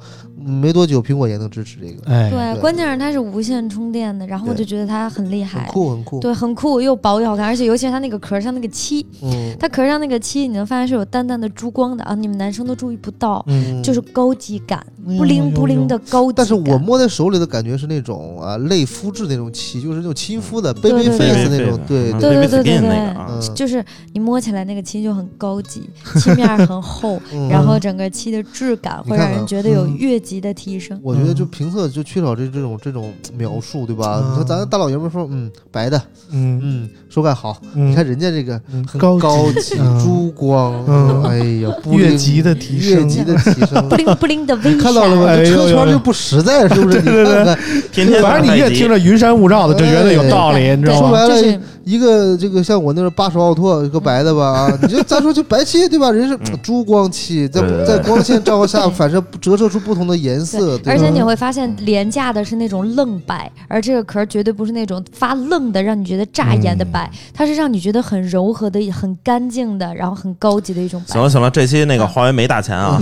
嗯没多久苹果也能支持这个，
哎，
对，
对
关键是它是无线充电的，然后我就
对
觉得它很厉
很
害，
酷很酷。
对，很酷又薄又好看，而且尤其是它那个壳儿上那个漆，
嗯，
它壳儿上那个漆你能发现是有淡淡的珠光的啊，你们男生都注意不到，
嗯，
就是高级感，
嗯
哎呦
不灵不灵的。高级感。
但是我摸在手里的感觉是那种啊类肤质那种漆，就是那种亲肤的
对
baby
对
face 那种，对
对对
对 baby
对，
对对
skin
对
那个啊，
嗯
就是你摸起来那个漆就很高级，漆面儿很厚，
嗯
然后整个漆的质感
你
会
看
让人
看
觉得有
嗯
越级的提升。
我觉得就
嗯
评测就缺少这这种这种描述，对吧？你说
嗯
咱大老爷们说，嗯，白的，
嗯
嗯，手感好，
嗯，
你看人家这个
嗯
很
高
高级
级嗯
珠光，
嗯
哎呀，不
越
灵
级的提
越
升
级的提 升
不。灵不灵的微
你看到了
闪，
吗？
哎
这
呦
车
呦
圈
呦
就不实在，是不是？你
哎对对
看看
天天
反正你越听着云山雾罩的，就觉得有道理，你知道
说
吗？
白
就
了
是
一个这个像我那种八十奥拓，一个 白的吧啊，你就咱说就白漆对吧？人是
嗯
珠光漆，在
对对对
在光线照 耀下反射折射出不同的颜色，
而
对吧
且你会发现廉价的是那种愣白，而这个壳儿绝对不是那种发愣的，让你觉得扎眼的
嗯
白，它是让你觉得很柔和的、很干净的，然后很高级的一种白
行。了行了，这期那个华为没打钱啊，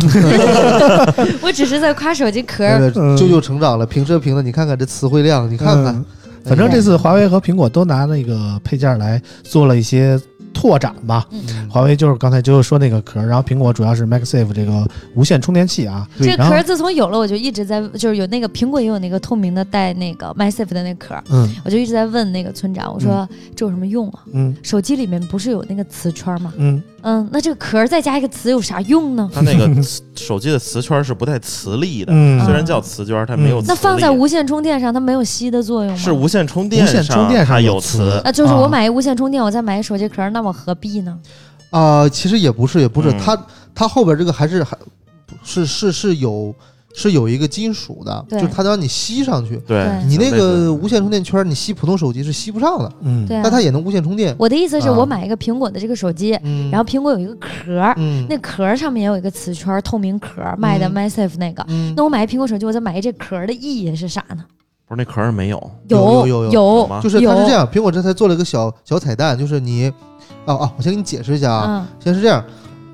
我只是在夸手机壳
对
儿，
吧？舅舅成长了，平车平的，你看看这词汇量，你看看
嗯，，反正这次华为和苹果都拿那个配件来做了一些拓展吧。
嗯
华为就是刚才就是说那个壳，然后苹果主要是 MagSafe 这个无线充电器啊。
这
然
壳
后
儿自从有了，我就一直在就是有那个苹果也有那个透明的带那个 MySafe 的那壳儿，
嗯
我就一直在问那个村长，我
嗯
说、这有什么用啊？
嗯
手机里面不是有那个磁圈吗？
嗯，
嗯，那这个壳儿再加一个磁有啥用
啊
呢？
它那个磁 手机的磁圈是不带磁力的，
嗯
虽然叫磁圈，它没有
嗯
磁力。啊
那放在无线充电上，它没有吸的作用吗？
是无线充
无线充电
它
上
有
磁
磁，
那就是我
啊
买一无线充电，我再买一手机壳儿，那我何必呢？
啊，其实也不是，也不是，
嗯
它它后边这个还是还是是是有是有一个金属的，就
对
是它能让你吸上去。
对
对
嗯你那个
小
无线充电圈，你吸普通手机是吸不上的，
嗯
对啊
但它也能无线充电。
我的意思是
啊
我买一个苹果的这个手机，
嗯，
然后苹果有一个壳儿，
嗯，
那壳儿上面也有一个磁圈儿，透明壳儿卖的
嗯
MySafe 那个。
嗯
那我买一苹果手机，我再买一这壳儿的意义是啥呢？
不是那壳儿没有，
哦
有有有
有
有
吗
就是它是
有
这样，苹果这才做了一个小小彩蛋，就是你，哦哦，我先给你解释一下啊，
嗯，
先是这样，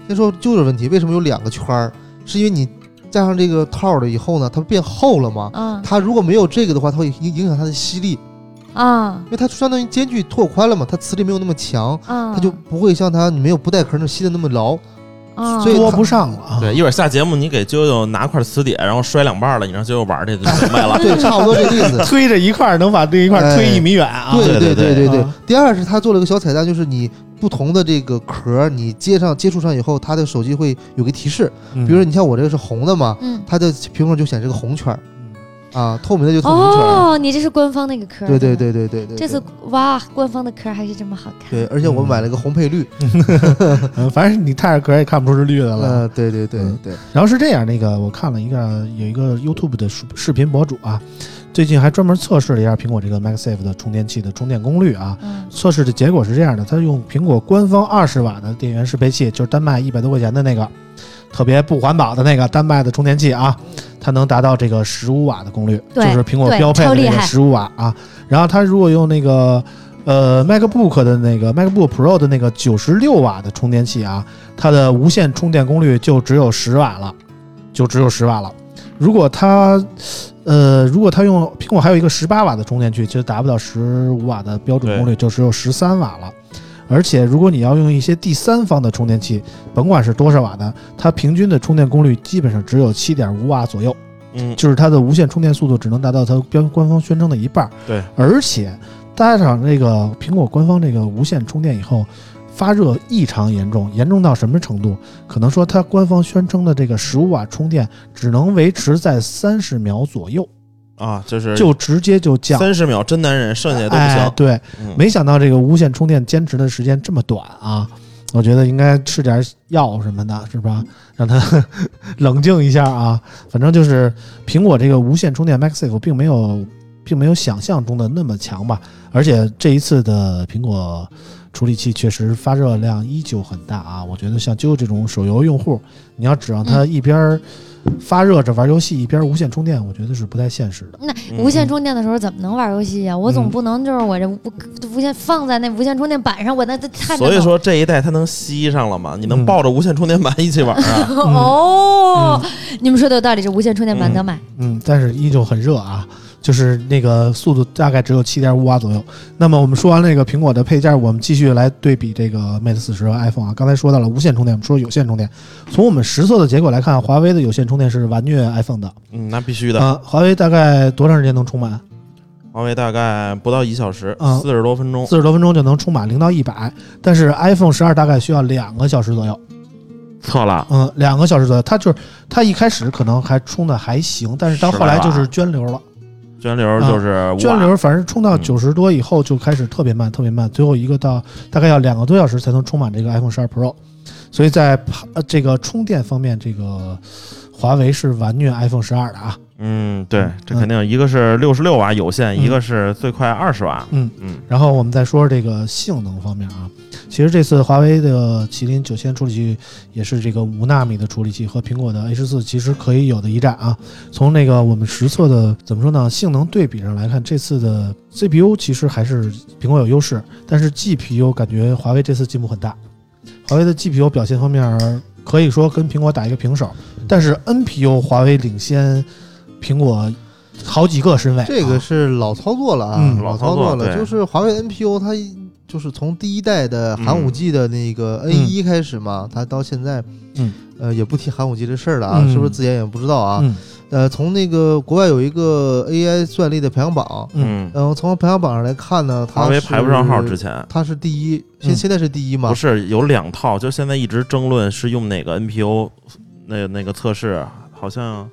先说就是问题，为什么有两个圈儿？是因为你加上这个套了以后呢，它变厚了嘛？
嗯
它如果没有这个的话，它会影影响它的吸力，
啊
因为它相当于间距拓宽了嘛，它磁力没有那么强，
啊，
它就不会像它你没有不带壳儿那吸的那么牢。
啊
所以
多
它
不上了啊。
对，一会儿下节目你给啾啾拿块磁铁，然后摔两半了，你让啾啾玩儿去就明白
啊
了。
对，差不多这个意思。
推着一块儿能把这一块儿推一米远 啊！
哎对
对
对
对
对对
啊。
第二是它做了个小彩蛋，就是你不同的这个壳儿，你接上接触上以后，它的手机会有个提示，
嗯
比如说你像我这个是红的嘛，
嗯
它的屏幕上就显示个红圈儿
嗯
啊，透明的就透明圈儿。
哦，你这是官方那个壳儿，
对对对对对对，
这次哇，官方的壳儿还是这么好看，
对，而且我买了个红配绿，
嗯反正你踏着壳也看不出是绿的了。
呃，对对对
嗯
对，
然后是这样，那个我看了一个有一个 YouTube 的视视频博主啊，最近还专门测试了一下苹果这个 MagSafe 的充电器的充电功率啊。
嗯
测试的结果是这样的，它用苹果官方二十瓦的电源适配器，就是单卖一百多块钱的那个，特别不环保的那个单卖的充电器啊，它能达到这个十五瓦的功率，就
对
是苹果
对
标配的
超厉
那个
害
十五瓦啊。然后它如果用那个呃 MacBook 的那个 MacBook Pro 的那个九十六瓦的充电器啊，它的无线充电功率就只有十瓦了，就只有十瓦了。如果它呃，如果它用苹果还有一个十八瓦的充电器，就达不到十五瓦的标准功率，就只有十三瓦了。而且，如果你要用一些第三方的充电器，甭管是多少瓦的，它平均的充电功率基本上只有七点五瓦左右，
嗯，
就是它的无线充电速度只能达到它标官方宣称的一半。
嗯对，
而且搭上这个苹果官方这个无线充电以后，发热异常严重，严重到什么程度？可能说它官方宣称的这个十五瓦充电只能维持在三十秒左右。
啊，就是
就直接就降。
三十秒真男人，剩下的都不
哎
行。
对，
嗯
没想到这个无线充电坚持的时间这么短啊！我觉得应该吃点药什么的，是吧？让它 冷静一下啊。反正就是苹果这个无线充电 MagSafe 并没有并没有想象中的那么强吧，而且这一次的苹果处理器确实发热量依旧很大啊。我觉得像啾啾这种手游用户，你要指望他一边儿发热着玩游戏一边儿无线充电，我觉得是不太现实的。
那
嗯
无线充电的时候怎么能玩游戏呀、我
嗯
总不能就是我这无无线放在那无线充电板上，我那太
所以说这一代它能吸上了吗？你能
嗯
抱着无线充电板一起玩
嗯
啊？
哦，你们说的有道理，这无线充电板
嗯
得买。
嗯，但是依旧很热啊，就是那个速度大概只有七点五瓦左右。那么我们说完了这个苹果的配件，我们继续来对比这个 Mate 四十和 iPhone 啊。刚才说到了无线充电，我们说有线充电。从我们实测的结果来看，华为的有线充电是完虐 iPhone 的。
嗯，那必须的。
啊，华为大概多长时间能充满？
华为大概不到一小时
嗯，
四十多分钟。
四十多分钟就能充满零到一百，但是 iPhone 十二大概需要两个小时左右。
错了，
嗯，两个小时左右。它就是它一开始可能还充的还行，但是到后来就是涓流了。
涓流就是五瓦
涓流，反正充到
嗯
九十多以后就开始特别慢，特别慢，最后一个到大概要两个多小时才能充满这个 iPhone 十二 Pro，所以在呃这个充电方面，这个华为是完虐 iPhone 十二的啊。
嗯，对，这
嗯
肯定一个是六十六瓦有线，
嗯
一个是最快二十瓦。
嗯
嗯，
然后我们再说说这个性能方面啊，其实这次华为的麒麟九千处理器也是这个五纳米的处理器，和苹果的 A 十四其实可以有的一战啊。从那个我们实测的怎么说呢，性能对比上来看，这次的 CPU 其实还是苹果有优势，但是 GPU 感觉华为这次进步很大，华为的 GPU 表现方面儿可以说跟苹果打一个平手，但是 NPU 华为领先苹果好几个身位啊、
这个是老操作了啊，
嗯
老操作
老操作
了，
对
就是华为 NPU 它就是从第一代的寒武纪的那个 N 一开始嘛，它到现在，
嗯，
呃，也不提寒武纪这事儿了啊，
嗯
是不是自研也不知道啊，
嗯
呃，从那个国外有一个 AI 算力的排行榜，
嗯，
嗯、从排行榜上来看呢，它
华为排不上号
是
之前。
它是第一，现
嗯
现在是第一嘛？
不是有两套，就现在一直争论是用哪个 NPU 那那个测试，好像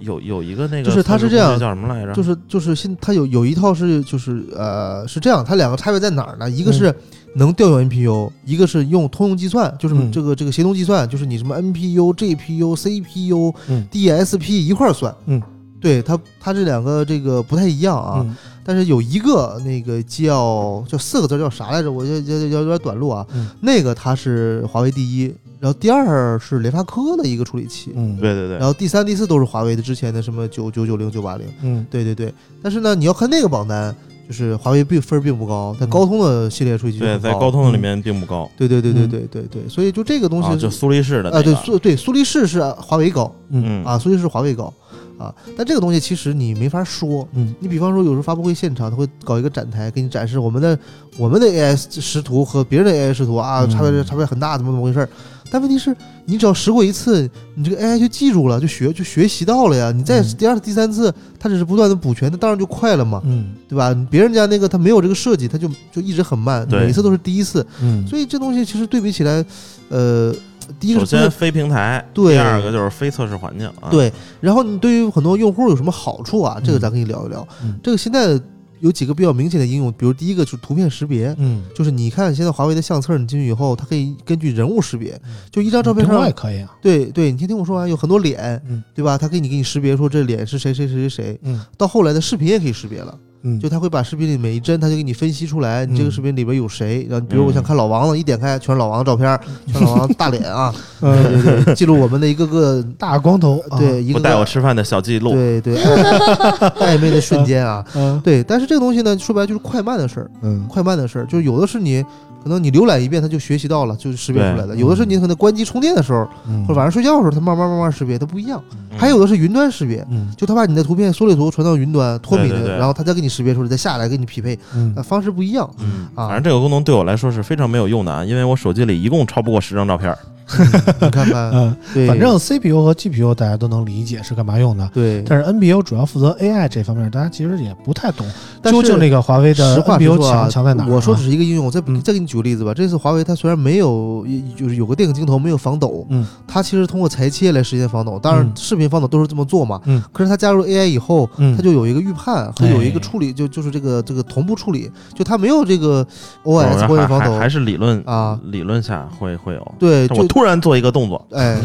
有有一个那个
就是它是
测试
这样
工具叫什么来着？
就是就是现它有有一套是就是呃是这样，它两个差别在哪儿呢？一
嗯
个是能调用 NPU，、一个是用通用计算，就是
嗯
这个、这个协同计算，就是你什么 NPU、GPU、CPU、
嗯
DSP 一块儿算。
嗯，
对它它这两个这个不太一样啊，
嗯
但是有一个那个叫叫四个字叫啥来着？我有有有有点短路啊。
嗯
那个它是华为第一，然后第二是联发科的一个处理器。
嗯
对对
然
对，
后第三、第四都是华为的之前的什么九九九零、九八零，
嗯
对对对，但是呢，你要看那个榜单，就是华为并分儿并不高，在高通的系列数据就
对
很
在
高
高通的里面并不高
对对对对对对对，所以就这个嗯东
啊，
西
就是苏黎世的
啊，
那
对
个，
苏对苏黎世是华为高
嗯
嗯
啊，苏黎世是华为高啊，但这个东西其实你没法说。
嗯
你比方说，有时候发布会现场，他会搞一个展台，给你展示我们的我们的 AI 识图和别人的 AI 识图啊，
嗯
差别差别很大，怎么怎么回事儿？但问题是，你只要识过一次，你这个 AI 就记住了，就学就学习到了呀。你再
嗯
第二、第三次，它只是不断的补全，那当然就快了嘛，
嗯
对吧？别人家那个他没有这个设计，他就就一直很慢，
对
每一次都是第一次，
嗯，
所以这东西其实对比起来，呃，第一个
首
是
先非平台，
对
第二个就是非测试环境啊。
对，然后你对于很多用户有什么好处啊？这个咱可以聊一聊。
嗯
这个现在有几个比较明显的应用，比如第一个就是图片识别，
嗯，
就是你看现在华为的相册，你进去以后，它可以根据人物识别，
嗯
就一张照片
苹果
上
也，可以啊，
对对，你先听我说完，有很多脸，
嗯
对吧？它给你给你识别说这脸是谁谁谁谁谁，
嗯
到后来的视频也可以识别了。
嗯，
就他会把视频里每一帧，他就给你分析出来，你这个
嗯
视频里边有谁。然后比如我想
嗯
看老王了，一点开全是老王的照片儿，全是老王的大脸啊，对
嗯
对对，记录我们的一个个
大光头，啊，
呃对一
不
个
带我
个
吃饭的小记录，
对对暧昧的瞬间啊。
嗯
对，但是这个东西呢，说白了就是快慢的事儿，
嗯
快慢的事儿，就是有的是你可能你浏览一遍，它就学习到了，就识别出来了；
对
有的是你可能关机充电的时候，
嗯，
或者晚上睡觉的时候，它慢慢慢慢识别，它不一样。
嗯
还有的是云端识别，
嗯
就它把你的图片缩略图传到云端脱敏
对对
的，
对
然后它再给你识别出来，再下来给你匹配，
嗯
呃，方式不一样。
嗯，
啊
反正这个功能对我来说是非常没有用的啊，因为我手机里一共超不过十张照片儿。
你 看看，
嗯，
对，
反正 CPU 和 GPU 大家都能理解是干嘛用的，
对，
但是 NBU 主要负责 AI 这方面，大家其实也不太懂，
但是
究竟这个华为
实
的
话实
NBU
说啊
强强在哪儿啊？
我说只是一个应用，我再
嗯
再给你举个例子吧。这次华为它虽然没有，就是有个电影镜头没有防抖，
嗯，
它其实通过裁切来实现防抖。当然
嗯，
视频防抖都是这么做嘛。
嗯，
可是它加入 AI 以后，
嗯
它就有一个预判和有一个
哎
处理，就就是这个这个同步处理，就它没有这个
我
OS 光源防
还还
抖
是理论
啊。
理论下会会有。
对，
但我
就
突然做一个动 作，
哎，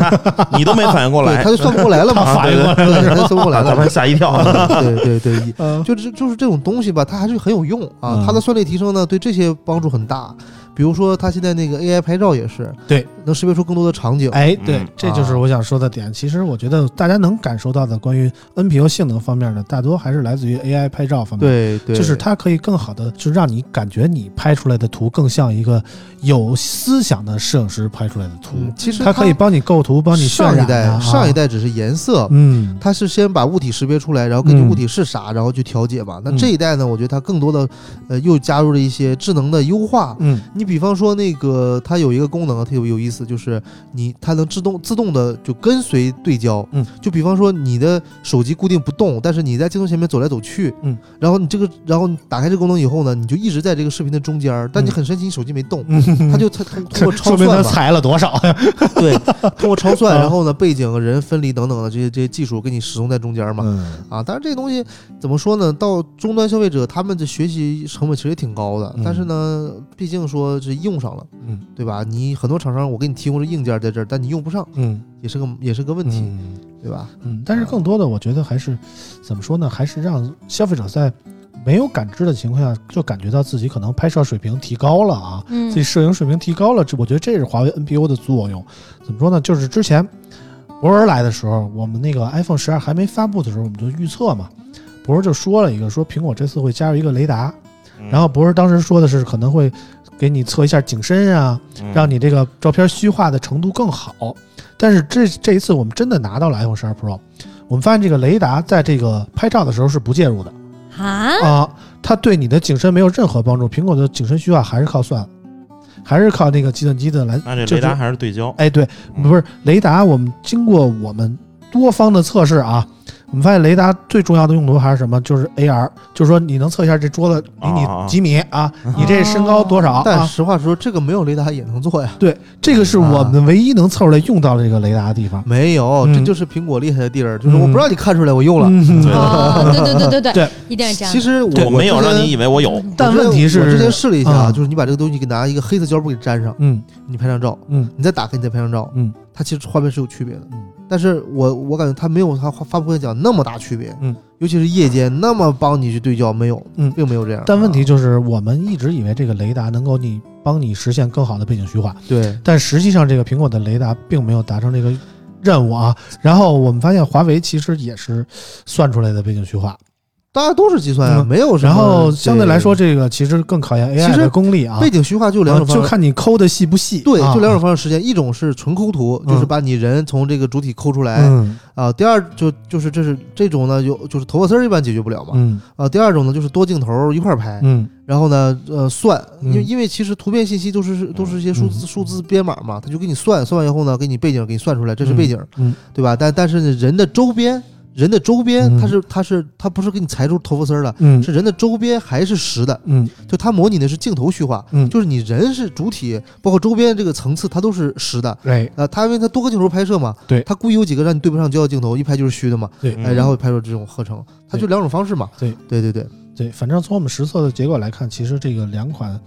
你都没反应过
对，
来
他，就算不过来了 嘛，
他反应过
来了，他算不过来
把咱
了
们。吓一 跳。
对对对，
嗯
就是就是这种东西吧，它还是很有用啊
嗯。
它的算力提升呢，对这些帮助很大。比如说，它现在那个 AI 拍照也是，
对，
能识别出更多的场景。
哎，对
嗯，
这
啊
就是我想说的点。其实我觉得大家能感受到的关于 NPU 性能方面的，大多还是来自于 AI 拍照方面。
对对，
就是它可以更好的，就让你感觉你拍出来的图更像一个有思想的摄影师拍出来的图。
嗯其实
它可以帮你构图，帮你渲
上
染、
一
啊。
代上一，代只是颜色。
嗯，
它是先把物体识别出来，然后根据
嗯
物体是啥，然后去调节嘛。那
嗯
这一代呢，我觉得它更多的，呃，又加入了一些智能的优化，
嗯
你比方说那个，它有一个功能啊特别有意思，就是你它能自动自动的就跟随对焦。
嗯，
就比方说你的手机固定不动，但是你在镜头前面走来走去。
嗯，
然后你这个，然后你打开这个功能以后呢，你就一直在这个视频的中间儿，但你很神奇，你手机没动。
嗯，
它就它通通
这
过超
说明它
算嘛，
裁了多少呀？
对，通过超算，
啊
然后呢，背景、人分离等等的这些这些技术给你始终在中间儿嘛。
嗯
啊，但是这东西怎么说呢？到终端消费者，他们的学习成本其实也挺高的，
嗯
但是呢，毕竟说是用上了，
嗯，
对吧？你很多厂商，我给你提供的硬件在这儿，但你用不上，
嗯
也是个也是个问题，
嗯。
对吧？
嗯，但是更多的，我觉得还是怎么说呢？还是让消费者在没有感知的情况下，就感觉到自己可能拍摄水平提高了啊，
嗯
自己摄影水平提高了。这我觉得这是华为 NPU 的作用。怎么说呢？就是之前博文来的时候，我们那个 iPhone 十二还没发布的时候，我们就预测嘛，博文就说了一个，说苹果这次会加入一个雷达，然后博文当时说的是可能会给你测一下景深啊，让
你
你这个照片虚化的程度更好。但是这这一次我们真的拿到了 iPhone 12 Pro，我们发现这个雷达在这个拍照的时候是不介入的
啊，
啊，它对你的景深没有任何帮助。苹果的景深虚化还是靠算，还是靠那个计算机的来。
那这
就
雷达
是
还是对焦，
哎，对，
嗯
不是雷达，我们经过我们多方的测试啊，我们发现雷达最重要的用途还是什么？就是 AR，就是说你能测一下这桌子离你
啊
几米啊，你这身高多少
但
啊？
实话实说，这个没有雷达也能 做呀。
对，这个是我们唯一能测出来用到这个雷达的地方。
没有，
嗯
这就是苹果厉害的地儿，就是我
嗯
不让你看出来，我用了。
嗯
对
哦，对对对对
对，
一定是这样
其
的。
实
我
我嗯
没有
之前
让你以为我有，
但问题是
我之前试了一下啊，
啊
就是你把这个东西给拿一个黑色胶布给粘上，
嗯
你拍张照，
嗯
你再打开，你再拍张照，
嗯，
它其实画面是有区别的。
嗯
但是我我感觉它没有它发发布会讲那么大区别，
嗯，
尤其是夜间那么帮你去对焦，没有，
嗯
并没有这样。
但问题就是，我们一直以为这个雷达能够你帮你实现更好的背景虚化，
对，
但实际上这个苹果的雷达并没有达成这个任务啊。然后我们发现华为其实也是算出来的背景虚化，
大家都是计算啊，
嗯
没有什么。
然后相对来说，这个其实更考验
其
AI
实
的功力啊
背。景虚化就两
啊
种
就
方式。
看你抠的细不细，
对，
啊
就两种方式实现，一种是纯抠图，
嗯
就是把你人从这个主体抠出来
嗯
啊。第二就就是这是这种呢，有就是头发丝儿一般解决不了嘛。
嗯
啊，第二种呢就是多镜头一块儿拍，
嗯
然后呢，呃，算，因为
嗯
因为其实图片信息都是都是一些数字数字编码嘛，它就给你算，算完以后呢，给你背景给你算出来，这是背景，
嗯嗯
对吧？但但是呢人的周边，人的周边，
嗯
它是它是它不是给你裁出头发丝儿的，
嗯
是人的周边还是实的，
嗯
就它模拟的是镜头虚化，
嗯
就是你人是主体，包括周边这个层次，它都是实的。
哎
啊，它因为它多个镜头拍摄嘛，
对
它故意有几个让你对不上焦的镜头，一拍就是虚的嘛，
对
哎，然后拍出这种合成，它就
对
两种方式嘛，
对
对对对，
对，反正从我们实测的结果来看，其实这个两款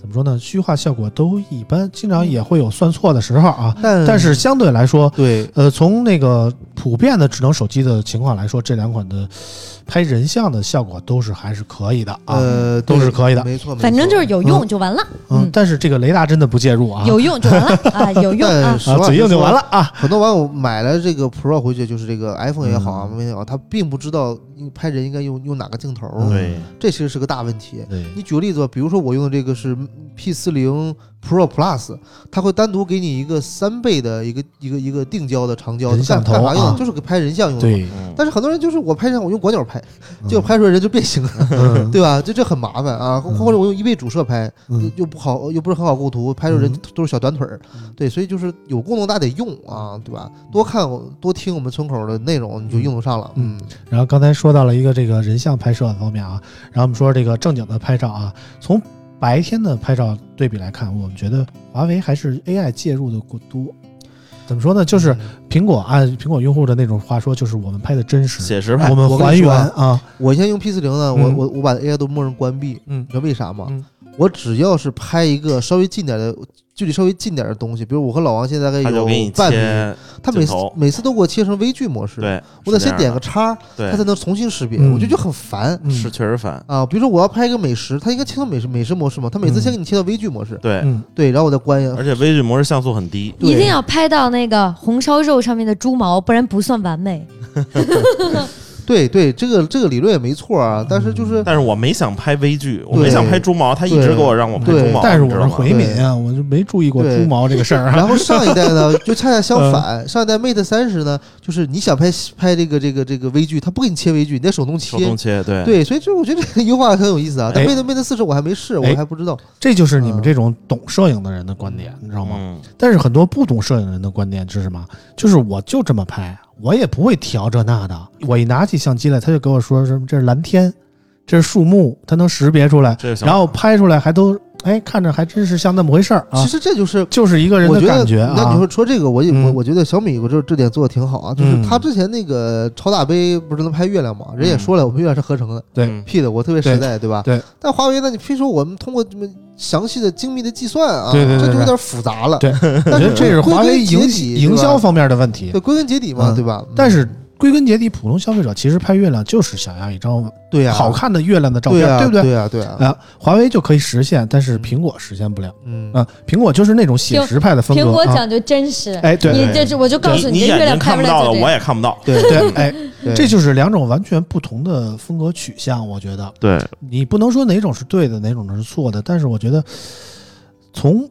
怎么说呢，虚化效果都一般，经常也会有算错的时候啊。
但
但是相对来说，
对
呃，从那个普遍的智能手机的情况来说，这两款的拍人像的效果都是还是可以的啊，
呃
都是可以的
没错，没错
反正就是有用就完了，
嗯
嗯，
但是这个雷达真的不介入啊，
有用就 完了啊，有用啊
但，实
啊，
话
嘴硬就完了。啊，
很多网友买了这个 Pro 回去，就是这个 iPhone 也好啊，
嗯
m 也好，他并不知道你拍人应该用用哪个镜头，
嗯
对
这其实是个大问题。
对
你举个例子吧，比如说我用的这个是 P 四零 Pro Plus，它会单独给你一个三倍的一个一个一个定焦的长焦，
人像头
干干啥用
啊
的？就是给拍人像用的。
对，
嗯
但是很多人就是我拍人，我用广角拍，
嗯
结果拍出来人就变形了，
嗯
对吧？这这很麻烦啊。或
嗯
或者我用一倍主摄拍，
嗯
又又不好，又不是很好构图，拍出人
嗯
都是小短腿儿，对，所以就是有功能大家得用
嗯
啊，对吧？多看我多听我们村口的内容，你就用得上了。
嗯，然后刚才说到了一个这个人像拍摄方面啊，然后我们说这个正经的拍照啊，从白天的拍照对比来看，我们觉得华为还是 AI 介入的过多。怎么说呢？
嗯
就是苹果按苹果用户的那种话说，就是我们拍的真实，
写实派
我们
我跟
还
你
原
说
啊。
我现在用 P 四零呢，我
嗯
我我把 AI 都默认关闭，
嗯
你知道为啥吗
嗯？
我只要是拍一个稍微近点的，距离稍微近点的东西，比如我和老王现在大概
他就
有
给你
半米，
切，
他每
镜
次
头
每次都给我切成微距模式，
对，
我得
是这
先
样
点个
的
叉，它才能重新识别，
嗯
我就觉得很烦。
嗯
对，是确实烦，
啊，比如说我要拍一个美食，它应该切到美食美食模式嘛，它每
嗯
次先给你切到微距模式，
对，
嗯，
对，然后我再关一下
而，且微距模式像素很低，
对
一定要拍到那个红烧肉上面的猪毛，不然不算完美。
对对，这个这个理论也没错啊，但是就是
嗯
但是我没想拍微距，我没想拍猪毛，他一直给我让我拍
对
猪毛，
但是
你
我
知
是
道吗？
回民啊，我就没注意过猪毛这个事儿 啊。
然后上一 代呢，就恰恰相
嗯
反，上一代 Mate 三十呢，就是你想拍拍这个这个这个微距，它不给你切微距，你得手动
手
切
动。切，对，
对，所以这我觉得这个优化很有意思啊。但
哎
Mate Mate 四十我还没试，
哎
我还不知道。
这就是
嗯
你们这种懂摄影的人的观点，你知道吗？
嗯，
但是很多不懂摄影人的观点是什么？就是我就这么拍，我也不会调这那的。我一拿起相机来，他就跟我说什么这是蓝天，这是树木，他能识别出来，
这个想法
然后拍出来还都哎看着还真是像那么回事儿啊
其，实这就是
就是一个人
我
的
觉
感
得，
觉
那
啊
你。说说这个，我也我
嗯
我觉得小米我这这点做的挺好啊，就是
嗯
他之前那个超大杯不是能拍月亮嘛，人也
嗯
说了，我们月亮是合成的。
对
嗯
屁的，我特别实在，对吧？
对。
但华为呢，你非说我们通过这么详细的精密的计算啊，
对对对对
这就有点复杂了。
对我
但
觉得这是华为
归根
营
结底
营销
对吧
方面的问题
对，归根结底嘛，
嗯
对吧？
但是归根结底，普通消费者其实拍月亮就是想要一张
对呀，
好看的月亮的照
对
片，
呀，
对不对？
对呀，对呀，
啊，华为就可以实现，但是苹果实现不了。
嗯，
啊，苹果就是那种写实派的风格。
苹果
啊，
讲究真实，
哎，对，
你这我就告诉
你
这月
眼
亮
睛
拍
看
出来
不到
就
的，
这
我
样。
也看不到，
对
对，哎，
对
这就是两种完全不同的风格取向。我觉得
对，
你不能说哪种是对的，哪种是错的，但是我觉得从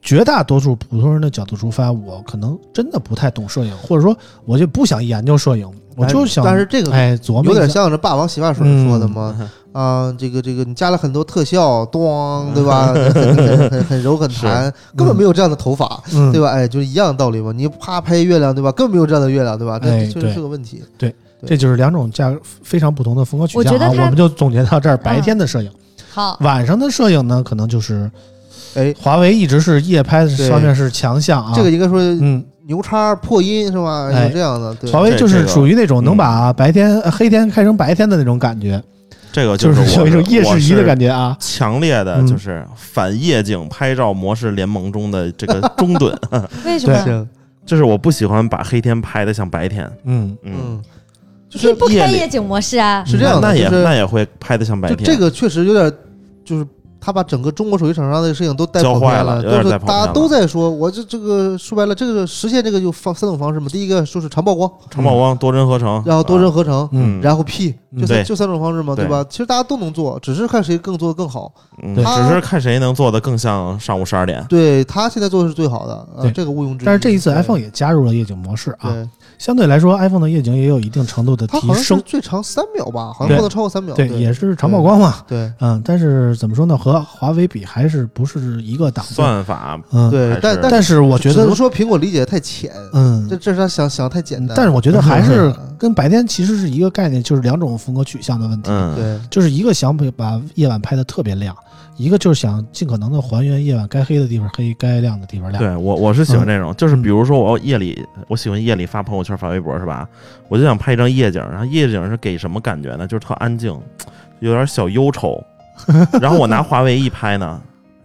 绝大多数普通人的角度出发，我可能真的不太懂摄影，或者说我就不想研究摄影，我就想
但是这个
哎琢磨
有
一
点
下。
像这霸王洗发水说的嘛。
嗯
啊，这个这个，你加了很多特效，咚，对吧？很很很 很柔很弹，根本没有这样的头发，
嗯，
对吧？哎，就是一样的道理嘛。你啪拍月亮，对吧？根本没有这样的月亮，对吧？这
哎
确
对
实是个问题。
这就是两种价非常不同的风格取
我
向
觉得嗯
啊。
它
我们就总结到这儿，白天的摄影，
好，
晚上的摄影呢，可能就是
哎，
华为一直是夜拍
对
方面是强项啊。
这个应该说
嗯，
牛叉破音是吧？
哎
有这样的，对，
华为就是属于那种
这
能把白天、呃黑天开成白天的那种感觉，
这个
就
我
有一种夜
我
视
呃是
仪的感觉啊。
强烈的
嗯
就是反夜景拍照模式联盟中的这个 中趸，
为什么？
是，
就是我不喜欢把黑天拍的像白天，
嗯，
嗯，
嗯，就
可以
是
不开
夜里
夜景模式啊？
嗯是这样的，
那也
就是
那也会拍的像白
就
天，
这个确实有点，就是他把整个中国手机厂商的事情都带
教
跑
坏
偏
了有点
都是
带跑偏
大
了
家都在说，我这这个说白了，这个实现这个就方三种方式嘛，第一个就是长曝光，
长曝光、多帧合成，
然后多帧合成。
嗯
嗯，
然后 P
嗯
就
对
三就三种方式嘛，
对
对吧？其实大家都能做，只是看谁更做的更好。
嗯，
对
只是看谁能做的更像上午十二点，
对他现在做的是最好的，
对
啊，这个毋庸置疑。
但是这一次
对
iPhone 也加入了夜景模式啊，
对，
相对来说 iPhone 的夜景也有一定程度的
它
提
好像是
升，
最长三秒吧，好
对
像不能超过三秒。
对，也是长曝光嘛。
对，
嗯，但是怎么说呢？和和华为比还是不是一个档次。
算法
嗯，
还
对
是，
但但
但是我觉
只
得
能，说苹果理解得太浅，
嗯
这，这是他想想得太简单。
但是我觉得还是
嗯
跟白天其实是一个概念，就是两种风格取向的问题。
嗯，
对，
就是一个想把夜晚拍的特别亮，一个就是想尽可能的还原夜晚该黑的地方黑，该亮的地方亮。
对我我是喜欢这种，就是
嗯
比如说我要夜里，我喜欢夜里发朋友圈、发微博是吧？我就想拍一张夜景，然后夜景是给什么感觉呢？就是特安静，有点小 忧愁。然后我拿华为一拍呢，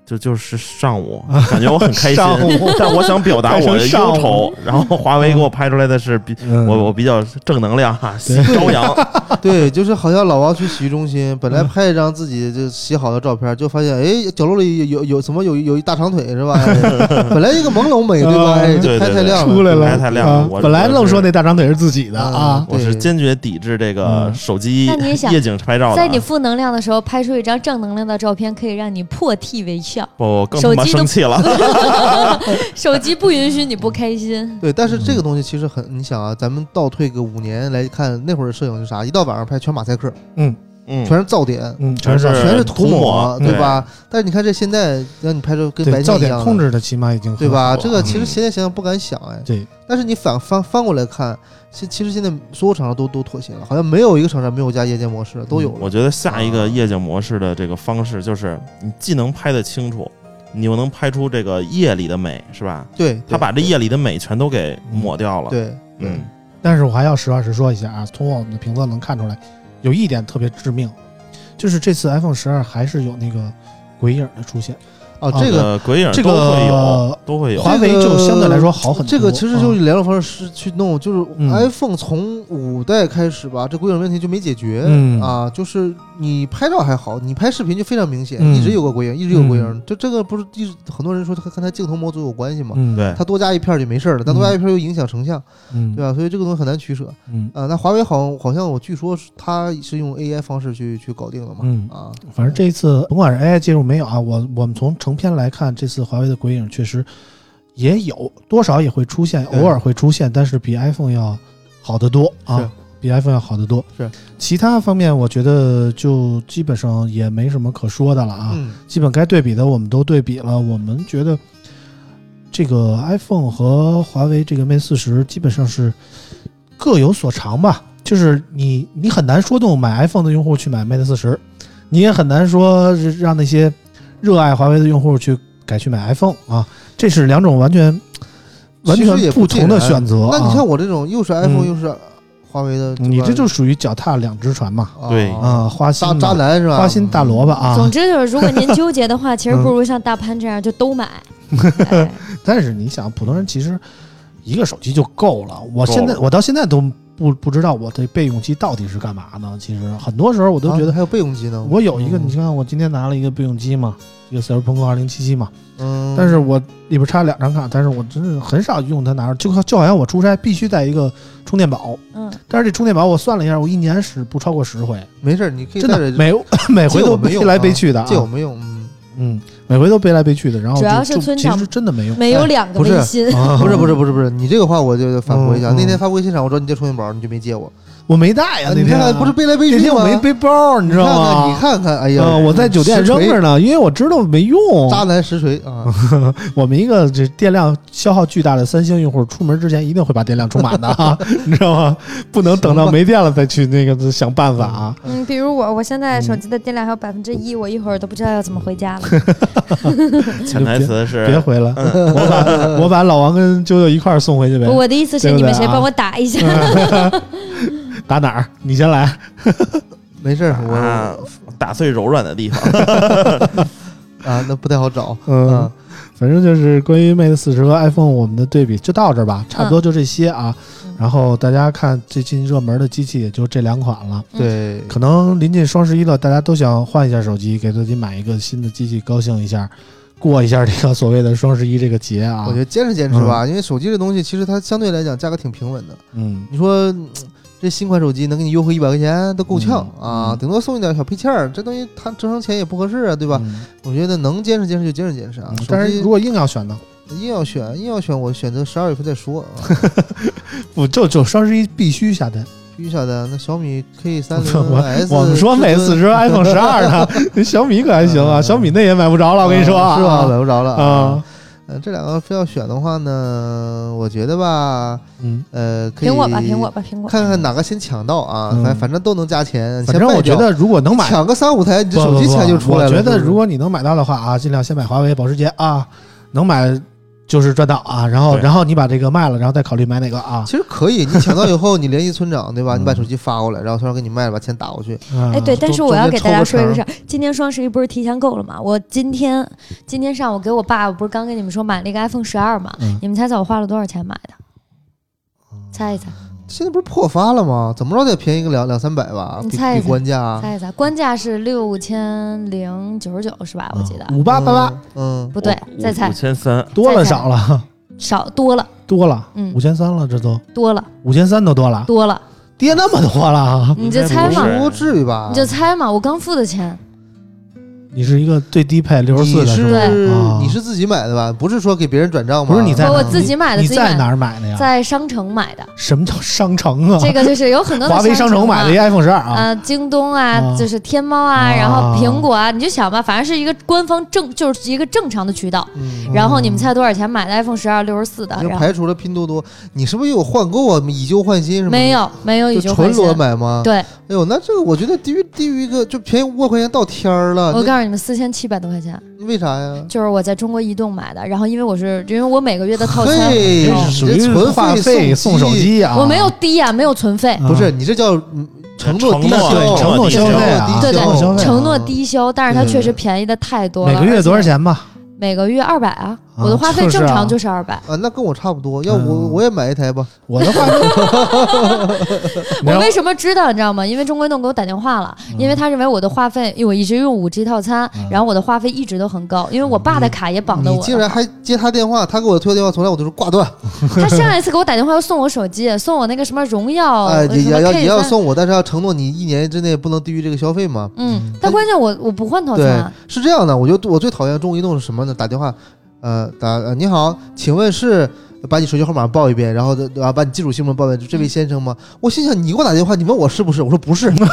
就就是上午，感觉我很开心
上午，
但我想 表达我的
拍成上
忧
午
愁。然后华为给我拍出来的是比
嗯，
我我比较正能量啊哈，朝阳。
对，就是好像老王去洗浴中心，本
嗯
来拍一张自己就洗好的照片，就发现哎，角落里有有有什么有有一大长腿 是吧？哎本来一个朦胧美对吧？
啊
哎，
对
就拍
对
太
对
亮了，
出来了，
拍太亮了
啊
我
本来
我
愣
是
说那大长腿是自己的啊
啊，
我是
对
坚决抵制这个
嗯
手机
那你也想
夜景拍照的
在你
啊，
负能量的时候拍出一张正能量的照片，可以让你破涕为笑。
我更他
手
妈
机都
生气了。
手机不允许你不开心，
对，但是
嗯
这个东西其实很，你想啊，咱们倒退个五年来看，那会儿的摄影是啥？一到晚上拍全马赛克，
嗯，
全是噪点，
嗯，全
全
是
是
全是涂
抹
对
对
吧？但是你看这现在让你拍出跟白
对
天
噪
一
点
样
控
的，
制的起码已经
对
很好
吧？
了嗯
这个其实
嗯
现在想想不敢想哎。
对
但是你反翻翻过来看，其其实现在所有厂商都都妥协了，好像没有一个厂商没有加夜间模式，都有了。
我觉得下一个夜景模式的这个方式就是，你既能拍得清楚，你又能拍出这个夜里的美，是吧？
对，对
嗯他把这夜里的美全都给抹掉了。，
对
嗯，
但是我还要实话实说一下啊，从我们的评测能看出来，有一点特别致命，就是这次 iPhone 十二还是有那个鬼影的出现，
哦，
啊
这个
呃鬼影
这
都会有
个，
都会有。
华为就相对来说好很多。
这个其实
啊
就是联络方式去弄，就是
嗯
iPhone 从五代开始吧，这鬼影问题就没解决、
嗯
啊，就是你拍照还好，你拍视频就非常明显，
嗯
一直有个鬼影，一直有鬼影，
嗯
这这个不是一直很多人说它跟它镜头模组有关系吗？
嗯，
对，
它多加一片儿就没事儿了，但多加一片儿又影响成像，
嗯
对吧？所以这个东西很难取舍。
嗯
啊，那华为好好像我据说是它是用 AI 方式去去搞定的嘛，
嗯
啊，
反正这一次甭管是 AI 介入没有啊，我我们从成片来看，这次华为的鬼影确实也有多少也会出现，
对
偶尔会出现，但是比 iPhone 要好得多
是
啊，比 iPhone 要好得多。
是，
其他方面我觉得就基本上也没什么可说的了啊，
嗯，
基本该对比的我们都对比了，我们觉得这个 iPhone 和华为这个 Mate 四十基本上是各有所长吧。就是你你很难说动买 iPhone 的用户去买 Mate 四十，你也很难说是让那些热爱华为的用户去改去买 iPhone 啊，这是两种完全完
其实也
全
不尽
同的
然
选择、啊。
那你像我这种又是 iPhone
嗯
又是华为的，
你这就是属于脚踏两只船嘛，
对
啊，花心
渣
嘛
渣男是吧？嗯
花心大萝卜啊。
总之就是，如果您纠结 的话，其实不如像大潘这样就都买。哎
但是你想，普通人其实一个手机就够了。我
够
现在
了
我到现在都不不知道我的备用机到底是干嘛呢？其实很多时候我
我
都觉得，
啊
哎
还有备用机呢。
我有一个，
嗯
你看我今天拿了一个备用机嘛，一个赛博朋克二零七七嘛，
嗯，
但是我里边插两张卡，但是我真的很少用它拿着，就就好像我出差必须带一个充电宝，
嗯，
但是这充电宝我算了一下，我一年使不超过十回，
没事儿，你可以
真
带
的
着
每每 回
借
都
我没
背
用
来
啊
背去的、啊，
借我没用，嗯，
嗯，每回都背来背去的，然后
主要
就是就
村
其
长
实真的没用，
没有两个
不是
微信，
啊
不是不是不是不是，你这个话我就反驳一下。
嗯
那天发微信上我说你这充电宝你就没借我，
我没带呀、
啊
那
你
天
看看不是背来背
那
去
天我
吗？
没背包，你知道吗？
你看看，你看看，哎呀
嗯，，我在酒店扔着呢，因为我知道没用。
渣男实锤 啊！
我们一个这电量消耗巨大的三星用户，出门之前一定会把电量充满的 啊，你知道吗？不能等到没电了再去那个想办法啊。
嗯，比如我，我现在手机的电量还有百分之一，我一会儿都不知道要怎么回家了。
潜台
别
词是
回来，我 把我把老王跟啾啾一块儿送回去呗。
我的意思是，
对不
你
对
们谁
啊
帮我打一下？
打哪儿？你先 来。
没事儿，我
啊，打碎柔软的地方。
啊，那不太好找。
嗯，反正就是关于 Mate 四十和 iPhone 我们的对比就到这儿吧，差不多就这些啊。
嗯
然后大家看最近热门的机器也就这两款了。
对，
可能临近双十一了，大家都想换一下手机，给自己买一个新的机器，高兴一下，过一下这个所谓的双十一这个节啊。
我觉得坚持坚持吧，因为手机这东西其实它相对来讲价格挺平稳的。
嗯，
你说嗯这新款手机能给你优惠一百块钱都够呛
嗯
啊，
嗯
顶多送你点小配件儿，这东西它折成钱也不合适啊，对吧？
嗯？
我觉得能坚持坚持就坚持坚持啊
嗯。
手
但是
机
如果硬要选呢，
硬 要选硬要选，我选择十二月份再说啊。
不就就双十一必须下单，
必须晓得，那小米 K 三零
我
S，
我们说每次只有 iPhone 十二 呢，小米可还行啊，
嗯
小米那也买不着了，我跟你说啊，
是吧？买不着了
啊，，
呃，这两个非要选的话呢，我觉得吧，
嗯，
呃，可以 啊
苹果吧，苹果吧，苹果。
看看哪个先抢到啊，
嗯
反、反正都能加钱。
反
先
正
卖
我觉
掉
得如果能买，
抢个三五台，你这
不
手机
不不
钱就出来了。
我觉得
是不是
如果你能买到的话啊，尽量先买华为、保时捷啊，能买就是赚到啊，然后
对
然后你把这个卖了，然后再考虑买哪个啊。
其实可以，你抢到以后，你联系村长对吧？
嗯
你把手机发过来，然后村长给你卖了，把钱打过去。
哎
哎，对，但是我要给大家说一个事
中
儿，今年双十一不是提前购了吗？我今天今天上午给我爸，我不是刚跟你们说买了一个 iPhone 十二吗？
嗯
你们猜猜我花了多少钱买的？猜一猜，
现在不是破发了
嗯
吗？怎么着得便宜个两两三百吧，
你
比
猜一
比
猜
官价啊。
猜一猜，官价是六千零九十九是吧？我记得
五八八八
嗯，嗯，
不对，
五
再猜
哦五千三，
多了
再猜
少了
少多了，
多了，
嗯
五千三了，这都
多了，
五千三都多了，
多了，
跌那么多了啊，
你就猜嘛，
对
不至于吧？
你就猜嘛，我刚付的钱，
你是一个最低配六十四
你
的
是
吧？
对
啊
你是自己买的吧？不是说给别人转账吗？
不是你在
我
哪
啊
儿
我自己买的，
你
自己买
在哪
的，
儿买的呀？
在商城买的。
什么叫商城 啊？
这个就是有很多的
华为商城
嘛
买的一 iPhone 十二啊，
呃，京东啊，
啊
就是天猫啊，
啊
然后苹果啊，你就想吧，反正是一个官方正，就是一个正常的渠道。
嗯，
然后你们猜多少钱买的 iPhone 十二六十四的？
嗯
就
然后
排除了拼多多，你是不是也有换购啊？以旧换新什么？
没，有没有以
就
旧换
纯
新
裸。买吗？
啊
对，
哎呦，那这个我觉得低于低于一个就便宜五百块钱到天儿了，
我
那
告诉你们，四千七百多块钱，
为啥呀？
就是我在中国移动买的。然后因为我是因为我每个月的套餐，嗯
嘿，
这是属
你这
于
存
话费送手，机啊，
我没有低啊，没有存费，
啊，
不是你这叫嗯承诺低
承诺对承诺
消，承
消
诺
费
啊
低
对对
消
承诺消费啊
承诺低消，但是它
对
确实便宜的太多
嗯
了。
每个月多少？钱吧？
每个月二百啊，
啊
我的花费
就是啊
正常就是二百。
啊，那跟我差不多，要我
嗯
我也买一台吧。
我的话，你
我
让
为什么知道你知道吗？因为中国移动给我打电话了，
嗯
因为他认为我的话费，因为我一直用五 G 套餐
嗯，
然后我的话费一直都很高，因为我爸的卡也绑的
嗯你
我
竟。然还接他电话，他给我推电话，从来我都是挂断。
他上一次给我打电话要送我手机，送我那个什么荣耀，呃
哎，
哦什
也
么
也要
K
也要
三。
送我，但是要承诺你一年之内不能低于这个消费嘛。
嗯，但关键我我不换套
对
餐，，
是这样的，我就我最讨厌中国移动是什么呢？打电话，呃，打呃你好，请问是把你手机号码报一遍，然后再啊把你基础姓名报一遍，这
嗯
位先生吗？我心想你给我打电话，你问我是不是？我说不是，对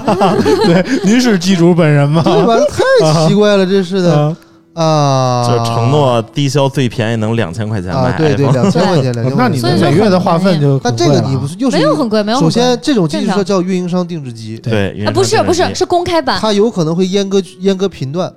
对，您是机主本人吗？
吧？太奇怪了，真是的
啊
啊！
就是承诺低消最便宜能两千块钱买
啊，对对，
iPhone
两千块钱，两
那
千块
你的
所
钱。
以说
每月的划分就
但
很
这
贵
个
了
你不是又是
没有很贵，没有很
首
贵。
先这种机
正
器
常
是叫运营商定制机，
对，云
啊，不是
商
不
电视
是
机
是公开版，
它有可能会阉割阉割频段。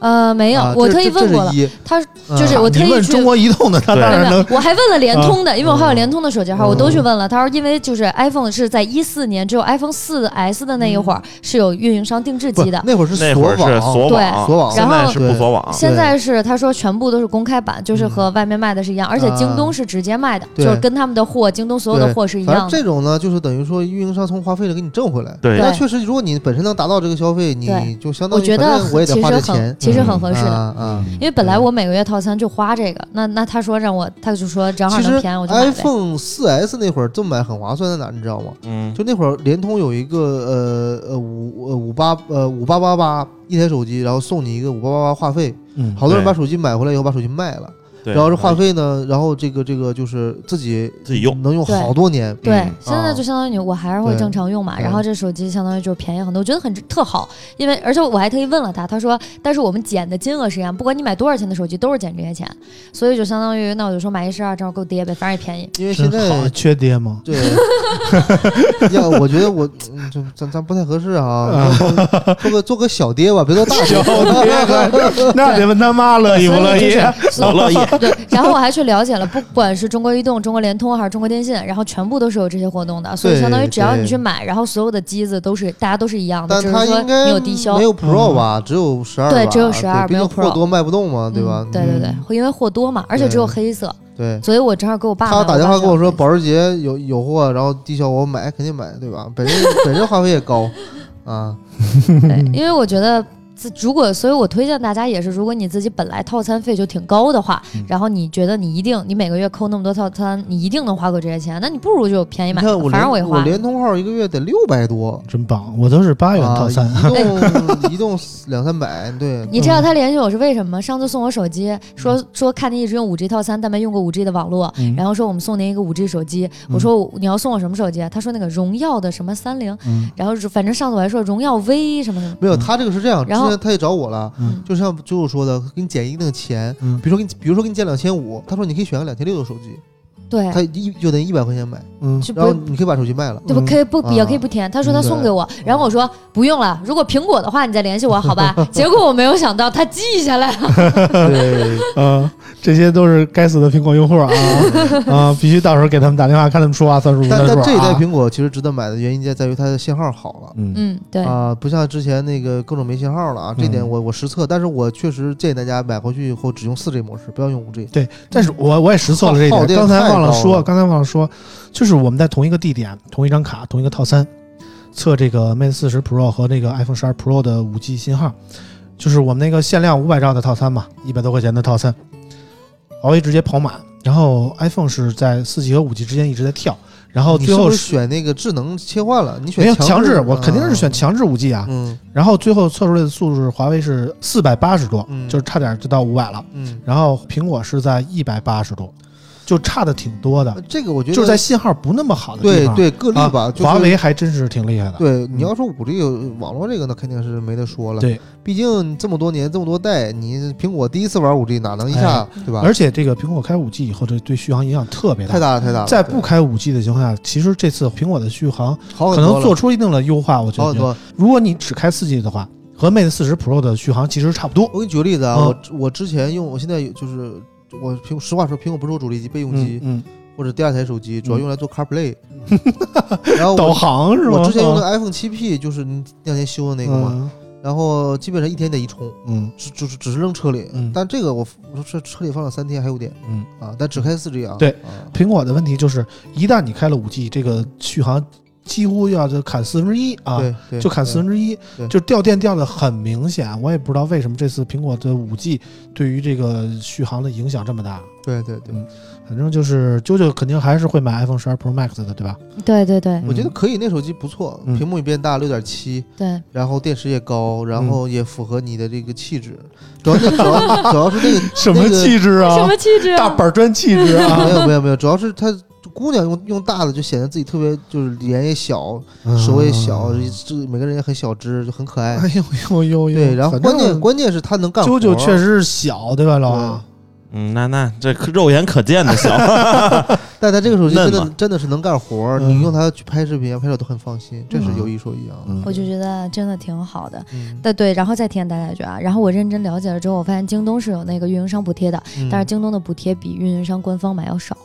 呃，没有
啊，
我
这
特意
这这
问
是
过了，
一
他
嗯
就是我特
你
意
问
去
中国移动的，他
对
当
没有
然
没有
能。
我还问了
啊
联通的，因为我还
嗯
有联通的手机号，我都去问了。他说，因为就是 iPhone 是在一四年，只有 iPhone 四 S 的
嗯
那一会儿是有运营商定制
不
机的，
那会儿是
那
锁
会儿是
网，
锁网，
锁网
现
然
在
后
是不锁网。
现在是他说全部都是公开版，就是和外面卖的是一样，而且京东是直接卖的，
嗯啊对
就是跟他们的货，京东所有的货是一
反正
样的。
这种呢，就是等于说运营商从花费里给你挣回来。
对
对
那确实，如果你本身能达到这个消费，你
对
就相当
我
于
觉
反
得
正我也得
其
花
实
这
很
钱，
其实很
嗯
合适
啊
的，
啊。
因为本来我每个月套餐就花这个，那那他说让我，他就说正好
其
能
实
便宜我就买呗。
iPhone 4S 那会儿这么买很划算，在哪儿你知道吗？
嗯，
就那会儿联通有一个呃呃五呃五八呃五八八八一台手机，然后送你一个五八八八话费，
嗯
好多人
对
把手机买回来以后把手机卖了，
对
然后这话费呢，然后这个这个就是自己
自己 用，
能用
对
好多年，
对
嗯，
现在就相当于你，我还是会正常用嘛。
啊对
然后这手机相当于就是便宜很多，我觉得很特好。因为而且我还特意问了他，他说，但是我们减的金额是一样，不管你买多少钱的手机都是减这些钱，所以就相当于那我就说买一十二正好够跌呗，反正也便宜。
因为现
真好
在
缺爹吗？
对，要我觉得我嗯就咱咱不太合适啊，做个做个小爹吧，别做大
小 爹，那得问他妈乐意不乐意？
我乐意。
对，然后我还去了解了，不管是中国移动、中国联通还是中国电信，然后全部都是有这些活动的，所以相当于只要你去买，然后所有的机子都是大家都是一样的，
但
只
它
是说
应该
你有低消
没。有 Pro 吧，只有十二，
对只有12
毕
没有
竟货
Pro
多卖不动嘛，对吧
嗯？对对对，会因为货多嘛，而且只有黑色，
对。
所以我正好给我爸买。
他打
我
电
爸
话跟我
想
说保时捷有有货，然后低消我 买肯定买，对吧？本身本身花费也高啊，
对，因为我觉得自如果，所以我推荐大家也是，如果你自己本来套餐费就挺高的话，
嗯
然后你觉得你一定你每个月扣那么多套餐，你一定能花够这些钱，那你不如就便宜
你
买
看
吧，
我
反正我也
联我
花。
联通号一个月得六百多，
真棒！我都是八元套 餐，
啊移动移动两三百，对，
你知道他联系我是为什么吗？上次送我手机，说说看您一直用五 G 套餐，但没用过五 G 的网络，
嗯
然后说我们送您一个五 G 手机。我说我你要送我什么手机啊？他说那个荣耀的什么三零，
嗯
然后是反正上次我还说荣耀 V 什么什么。
没有，
嗯
他这个是这样，之
然后
前他也找我了，
嗯
就像最后说的，给你减一定的钱，
嗯
比如说给你，比如说给你减两千五，他说你可以选个两千六的手机，
对，
他一就得一百块钱买，
嗯
就不
然后你可以把手机卖了。
对不？
嗯
可以不
啊
也可以不填。他说他
嗯
送
对
给我，然后我说不用了，如果苹果的话你再联系我，好吧？结果我没有想到他记下来了，
对，
呃，这些都是该死的苹果用户 啊啊！必须到时候给他们打电话，看他们说话算数不算
但
数
但这一代
啊？
苹果其实值得买的原因在在于它的信号好了。
嗯
嗯，对，
啊，不像之前那个各种没信号了啊，这点我我实测，但是我确实建议大家买回去以后只用四 G 模式，不要用五 G。
对，但是我我也实测了这一
耗
点，
电
刚才
太
忘了
高
说，
了
刚才忘了说，就是我们在同一个地点、同一张卡、同一个套餐测这个 Mate 四十 Pro 和那个 iPhone 十二 Pro 的五 G 信号，就是我们那个限量五百兆的套餐嘛，一百多块钱的套餐，华为直接跑满，然后 iPhone 是在四 G 和五 G 之间一直在跳，然后
你
哦最
是
后
不是选那个智能切换了？你选
没有
强啊
强制，我肯定是选。强制五 G 啊，
嗯
然后最后测出来的速度是华为是四百八十多，
嗯
就是差点就到五百了。
嗯，
然后苹果是在一百八十多，就差的挺多的，
呃这个我觉得
就是在信号不那么好的地
对
方。
对个例
啊
吧，就是
华为还真是挺厉害的。
对，
嗯
你要说五 G 网络这个，那肯定是没得说了。
对，
毕竟这么多年这么多代，你苹果第一次玩五 G，哪能一下、对吧？
哎而且这个苹果开五 G 以后，这对续航影响特别
太
大。
大了，太大了。
在
对
不开五 G 的情况下，其实这次苹果的续航
好
可
哦很多
能
了
做出一定的优化。我
好
觉
很
得，
多。
如果你只开四 G 的话，和 Mate 40 Pro 的续航其实差不多。
我给你举个例子啊，
嗯
我我之前用，我现在有就是我苹实话说，苹果不是我主力机备用机
嗯、嗯，
或者第二台手机，主要用来 做 CarPlay。然
嗯
后
导
我
航是吗？嗯
我之前用的
啊
iPhone 7 P，就是你那年修的那个嘛，然后基本上一天得一充。
嗯
只就是只是扔车里，
嗯
但这个我我这车里放了三天还有点
嗯嗯，
啊，但只开四 G 啊，
对
啊，
苹果的问题就是，一旦你开了五 G，这个续航几乎要就砍四分之一啊，
对对，
就砍四
对
分之一
对，
就掉电掉的很明显。我也不知道为什么这次苹果的五 G 对于这个续航的影响这么大。
对对对，
嗯反正就是啾啾肯定还是会买 iPhone 十二 Pro Max 的，对吧？
对对对
我觉得可以，那手机不错，
嗯
屏幕也变大，六点七，
对，
然后电池也高，然
嗯
后也符合你的这个气质，主要那主要主要是那个
什
那
么
个
气质啊？
什么气质
大
啊？
板砖气质啊！
没有没有没有，主要是它姑娘用用大的就显得自己特别就是脸也小，
嗯
手也小，这每个人也很小只，就很可爱
哎。呦呦呦呦！
对，然后
反正
关键关键是它能干活
啾
儿，
啾确实是小，对吧，老王？
嗯，那那这可肉眼可见的小，
但它这个手机
嫩
真的
嘛
真的是能干活儿，
嗯
你用它去拍视频啊、拍照都很放心，这是
嗯
有一说一啊。
嗯
我就觉得真的挺好的。
嗯，
对对，然后再体验大家觉啊，然后我认真了解了之后，我发现京东是有那个运营商补贴的，
嗯
但是京东的补贴比运营商官方买要少，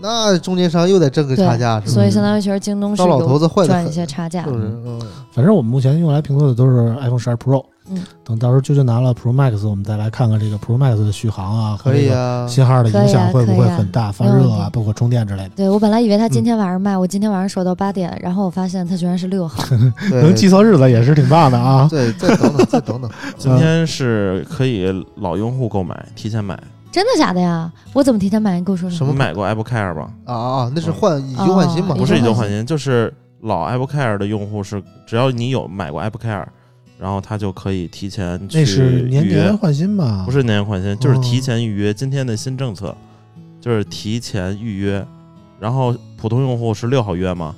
那中间商又得挣个
对
差价，是吧
所以相当于其实京东是
糟嗯老头
有
子坏的
赚一
很，
些差价
就。是嗯，
反正我们目前用来评测的都是 iPhone 十二 Pro。
嗯，
等到时候啾啾拿了 Pro Max，我们再来看看这个 Pro Max 的续航啊，和
可
这
以
个
啊。
信号的影响
可
会
以啊
不会很大，发
以啊
热
没问
啊，
题
包括充电之类的。
对我本来以为他
嗯
今天晚上卖，我今天晚上守到八点，然后我发现他居然是六 号。
对
能记错日子也是挺棒的啊！嗯
再再等等，再等等，
今天是可以老用户购买，提前买。
真的假的呀？我怎么提前买？你跟我说什
什
你
么
么？
买过 Apple Care 吧？
啊啊，那是换以旧换新
哦
嘛？
不是
以
以
旧
旧
换
换新，就是老 Apple Care 的用户是，只要你有买过 Apple Care，然后他就可以提前去
那是
预
年
约
年，换新吧？
不，是年年换新，就是
哦
提前预约。今天的新政策就是提前预约，然后普通用户是六号约嘛，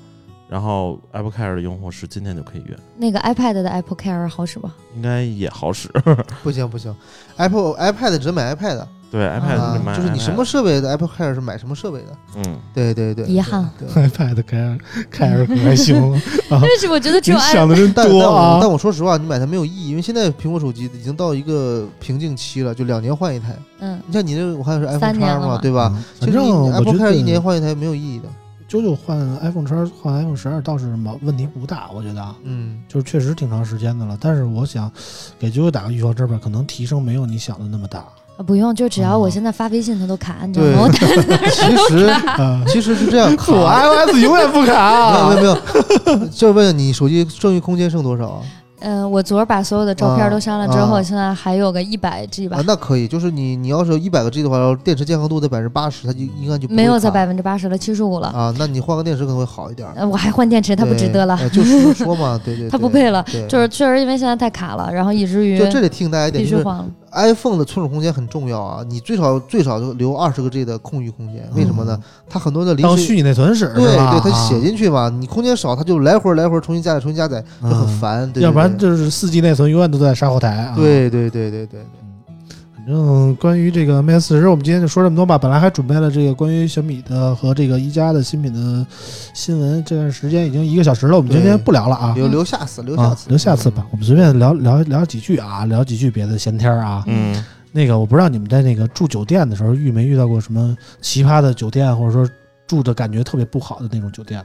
然后 Apple Care 的用户是今天就可以约，
那个 iPad 的 Apple Care 好使吗？
应该也好使。
不行不行，Apple iPad 只买 iPad，
对
啊
，iPad
啊
是买
就是你
iPad
什么设备的 Apple Care 是买什么设备的？
嗯，
对对对，
遗憾
对。对
iPad 开 尔开尔可还行，
啊
但是我觉得只
你
有 i
想的真
但但
多
我
啊
但！我说实话，你买它没有意义，因为现在苹果手机已经到一个瓶颈期了，就两年换一台。
嗯，
你像你这个，我看是 iPhone
三年
叉
了
嘛，
嘛
对吧？
嗯
其
反
实
正
你
我觉
Apple
得
Care 一年换一台没有意义的。
九九换 iPhone 十二换 iPhone 十二倒是毛问题不大，我觉得啊，
嗯，
就是确实挺长时间的了。但是我想给九九打个预防针吧，可能提升没有你想的那么大。
啊不用，就只要
嗯
我现在发微信，它都卡，你知道
哦对
吗？我 打
嗯
啊，
其实其实是这样，
我 iOS 永远不卡
没有
啊
没有没有，就是问你手机剩余空间剩多少啊？
嗯、我昨儿把所有的照片都删了之后，
啊啊
现在还有个一百 G 吧
啊，，那可以，就是你你要是有一百个 G 的话，然后电池健康度在百分之八十，它就应该就不会
没有在
卡
百分之八十了，七十五了。
啊，那你换个电池可能会好一点儿。
呃我还换电池，它不值
对
得了，
呃 就是说嘛，对对，
它不
对
配了。
对
就是确实因为现在太卡了，然后以至于
就这里提醒大家一点，
必须
就是
换了。
iPhone 的存储空间很重要啊，你最少最少就留二十个 G 的空余空间，为什么呢？它很多的临
嗯当
时
虚拟内存使
对
是
对，
吧？啊
它写进去嘛，你空间少，它就来回来回重新加载，重新加载就
啊
很烦，对，
要不然
对
就是四 G 内存永远都在杀后台啊。，
对对对对对，
反正关于这个 Mate 四十，我们今天就说这么多吧。本来还准备了这个关于小米的和这个一加的新品的新闻，这段时间已经一个小时了，我们今天不聊了啊
留留下次，留下嗯
啊
次，，
留下次吧。我们随便聊聊聊几句啊，聊几句别的闲天儿啊。
嗯，
那个我不知道你们在那个住酒店的时候遇没遇到过什么奇葩的酒店，或者说住的感觉特别不好的那种酒店。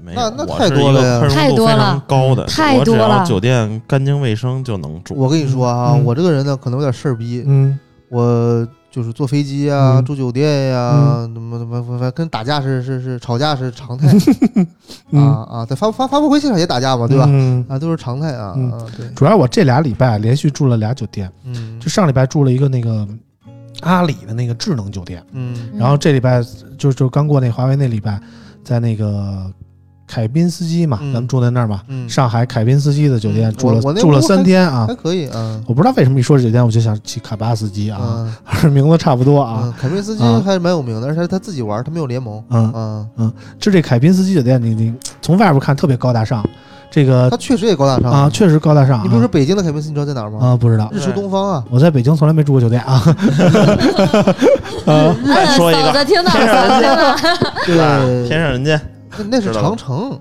没
那
有，
那
我
太
是
多
一
了
个
呀嗯
宽容
太
度
多
非常
了
高的，
太
我只
多
要
了
酒店干净卫生就能住。
我跟你说啊，
嗯
我这个人呢，可能有点事儿逼，
嗯
我就是坐飞机呀、
嗯
住酒店呀，怎么怎么反正跟打架是是是吵架是常 态啊
嗯，
啊，在发发发布会现场也打架嘛，对吧？
嗯
啊，都是常态啊
嗯
啊，对，
主要我这俩礼拜连续住了俩酒店，
嗯
就上礼拜住了一个那个阿里的那个智能酒店，
嗯
然后这礼拜就就刚过那华为那礼拜，在那个凯宾斯基嘛，
嗯
咱们住在那儿嘛，
嗯，
上海凯宾斯基的酒店
嗯
住了
我我那
住了
屋还
三天啊
还。可以啊
我不知道为什么一说这酒店，我就想起卡巴斯基 啊，
啊
名字差不多啊。
啊，凯宾斯基
啊
还是蛮有名的，而且他自己玩，他没有联盟
嗯
啊，
就这凯宾斯基酒店，你你从外边看特别高大上，这个
他确实也高大上
呃啊。确实高大上啊。
你比如说北京的凯宾斯基，你知道在哪儿吗？
啊，不知道，
日出东方啊，
我在北京从来没住过酒店啊。 啊，
再说一
嗯嫂
个，
子听到
天
了，嫂
上
子听到了。
对吧？天上人家
那那是
知道了
长城，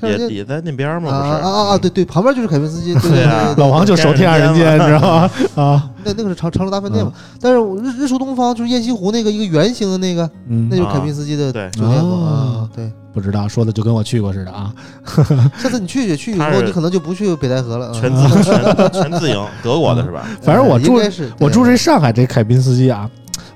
天
也
上街
也在那边
啊
嘛，不是？
啊啊啊！对对，旁边就是凯宾斯基，对对
对啊
对对
老王就守天上人间，你知道 吗？啊，
那那个是长长城大饭店嘛？
嗯
但是我日日出东方就是雁西湖那个一个圆形的那个，
嗯
那，就是凯宾斯基的
啊对
酒店嘛
哦
啊。对，
不知道，说的就跟我去过似的啊。
下次你去去以
他
后，
是
你可能就不去北戴河了。啊
全自全全自营，德国的 是吧？
反正我
呃
住
应该是
我
对
住这上海这凯宾斯基啊，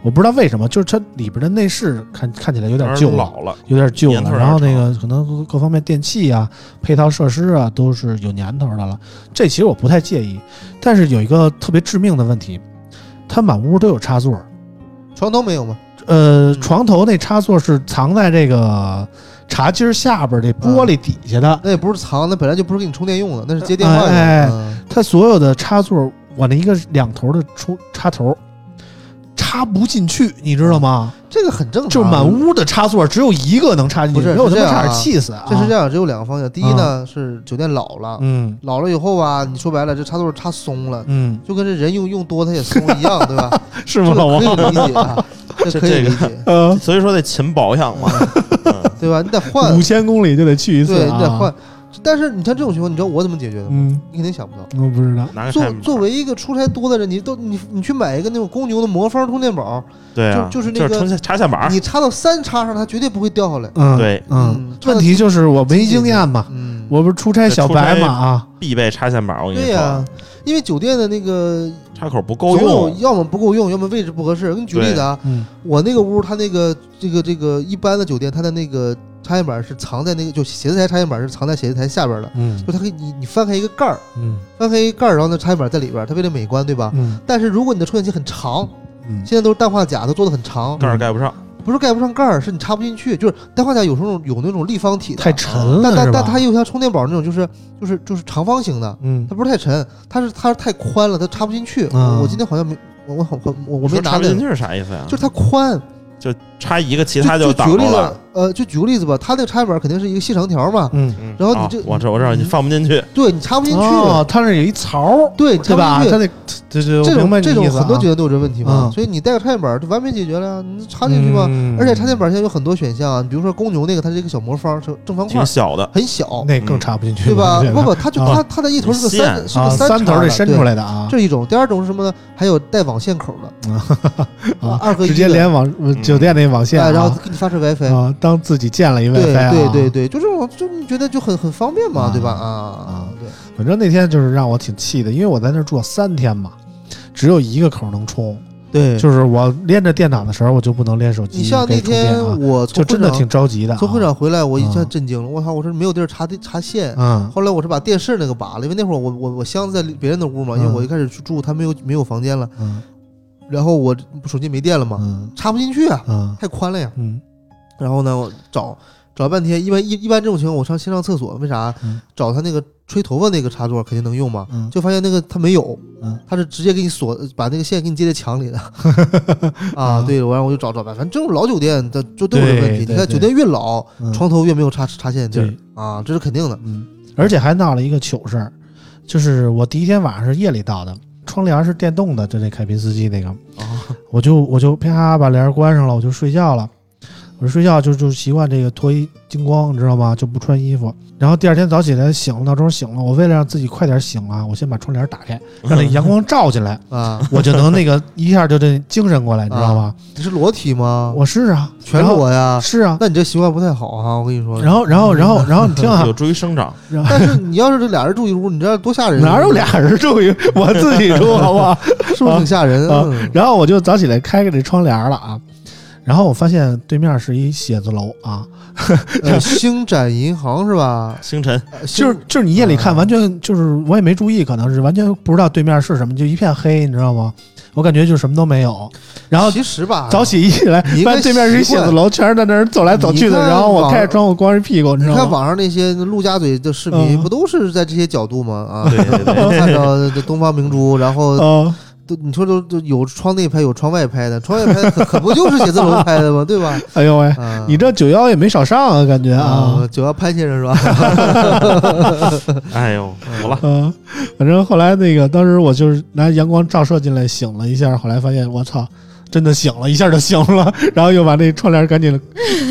我不知道为什么，就是它里边的内饰看看起来有点旧
当然
了。
老了，
有点旧
年头
了，
有
然后那
点
个可能各方面电器啊、配套设施啊都是有年头的了。这其实我不太介意，但是有一个特别致命的问题，它满屋都有插座，
床头没有吗？
呃，
嗯
床头那插座是藏在这个茶几儿下边儿这玻璃底下的，
那也不是藏，那本来就不是给你充电用的，那是接电话用的。
哎哎
嗯
它所有的插座往那一个两头的出插头。插不进去，你知道吗？
这个很正常。
就满。屋的插座只有一个能插进去，
不是
给我他
是
妈
这样
差
啊
点气死啊！啊
这是这样，只有两个方向。第一呢，是酒店老了，
嗯
老了以后啊，你说白了，这插座插松了，
嗯，
就跟这人用用多它也松一样，对吧？
是
这
吗？
个
老王
可，以理解啊，这可以
这个
理解，啊
呃，
所以说得勤保养嘛。嗯
对吧？你得换
五，千公里就得去一次、
对，
啊，
你得换。但是你像这种情况，你知道我怎么解决的吗？
嗯，
你肯定想不到。
我不知道，
拿个
嗯作
开门
作为一个出差多的人，你都你你去买一个那种公牛的魔方充电宝，
对啊，
就就是
是
那个
充插线板儿，
你插到三插上，它绝对不会掉下来。
嗯，
对，
嗯，
这
问题就是我没经验嘛，
嗯，
我不是出差小白嘛啊，
必备插线板儿。我跟你
对呀、
说，
因为酒店的那个
插口不够
总有
用，
要么不够用，要么位置不合适。我给你举例子啊，
嗯
我那个屋它那个这个这个一般的酒店，它的那个插线板是藏在那个就写字台插线板是藏在写字台下边的，
嗯
就它可以你你翻开一个盖儿，
嗯
翻开一个盖儿，然后那插线板在里边儿，它为了美观，对吧？
嗯
但是如果你的充电器很长，
嗯
现在都是氮化钾，都做的很长，
盖儿盖不上。
不是盖不上盖儿，是你插不进去。就是氮化钾有时候有那种立方体的，
太沉了
但但
是吧
但它又像充电宝那种，就是就是就是长方形的，
嗯
它不是太沉，它是它是太宽了，它插不进去。
啊
我我今天好像没我我好我我我
你
没
说
拿
插不进
那
去是啥意思呀？
就是它宽，
就插一个，其
就
他
就举
挡
个
着
例
了
子。，呃，就举个例子吧，它那个插线板肯定是一个细长条嘛，
嗯，
嗯
然后你
哦
这
我知道我知道你放不进去，
对你插不进去，
哦，它是有一槽儿，
对，你
对
插
吧？
不
它
进去。
得这这，
这
我明白
种
你
这种
意思啊
很多酒店都有这问题嘛，
嗯
所以你带个插线板就完美解决了呀，你插进去嘛。
嗯
而且插线板现在有很多选项啊，比如说公牛那个，它是一个小魔方，是正方块
挺，小的。
很小，
那更插不进去，
嗯对吧？
这个
不不，它就
啊
它它的一头是个
线
三，是
啊，
个
三头
叉
儿
的
得伸
对
出来的啊，
这是一种，第二种是什么呢？还有带网线口的，
啊
二合一的
直接连网呃酒店那网线啊，
哎然后给你发射 WiFi。
啊，当自己建了一
对
WiFi 啊，
对对对，就这种，就你觉得就很很方便嘛，
啊
对吧？
啊
啊，对，
反正那天就是让我挺气的，因为我在那儿住了三天嘛，只有一个口能充，
对，
就是我连着电脑的时候，我就不能连手机。
你像那天我
啊就
从
真
会
的
场
挺着急的、啊。
从会长回来，我一下
嗯
震惊了，我操，我说没有地儿插地插线。
嗯
后来我是把电视那个拔了，因为那会儿我我我箱子在别人的屋嘛，因为
嗯
我一开始去住他没有没有房间了，
嗯
然后我手机没电了嘛，
嗯
插不进去啊，
嗯
太宽了呀。
嗯
然后呢，我找找了半天，一般一一般这种情况，我上先上厕所，为啥？
嗯
找他那个吹头发那个插座肯定能用嘛，
嗯，
就发现那个他没有，
嗯
他是直接给你锁，把那个线给你接在 墙里的。啊，
啊
对，我然后我就找找吧，反正这种老酒店它就都有这
对
问题。你
对
看
对
酒店越老，
嗯
床头越没有插插线的地儿
对
啊，这是肯定的。
嗯，而且还闹了一个糗事儿，就是我第一天晚上是夜里到的，窗帘是电动的，就那凯宾斯基那个，我就我就啪把帘儿关上了，我就睡觉了。我睡觉就就习惯这个脱衣精光，你知道吗？就不穿衣服。然后第二天早起来醒了，闹钟醒了。我为了让自己快点醒啊，我先把窗帘打开，让那阳光照进来，
啊，
我就能那个一下就这精神过来，你知道吗？
你是裸体吗？
我是啊，
全
然后
裸呀。
是啊。
那你这习惯不太好哈、我跟你说。
然后然后然后然后你听 啊
有，助于生长。
然后
但是你要是这俩人住一屋，你这多吓人！
哪有？俩人住一 我自己住好不好？
是不是挺吓人？
啊
嗯
然后我就早起来开开这窗帘了啊，然后我发现对面是一写字楼啊，
呃星展银行是吧？
星 辰，
呃
就是
星
就是你夜里看
啊
完全就是我也没注意，可能是完全不知道对面是什么，就一片黑，你知道吗？我感觉就什么都没有。然后
其实吧，
早起一起来，
你应
发
该
现对面是一
习
写
惯
字楼，全是在那儿走来走去的。
你看
然后我
网
开着窗户光着屁股，你
你
知道
看
吗？
网上那些陆家嘴的视频，
嗯
不都是在这些角度吗？啊，
对对对，
能 看到这东方明珠，然后
嗯，
都你说都都有窗内拍，有窗外拍的，窗外拍的可可不就是写字楼拍的吗？对吧？
哎呦喂，
啊，
你这九幺也没少上啊，感觉啊
啊，，九幺潘先生 是吧？
哎呦，服了。
嗯，反正后来那个当时我就是拿阳光照射进来，醒了一下，后来发现我操，真的醒了一下就醒了， 然后又把那窗帘赶紧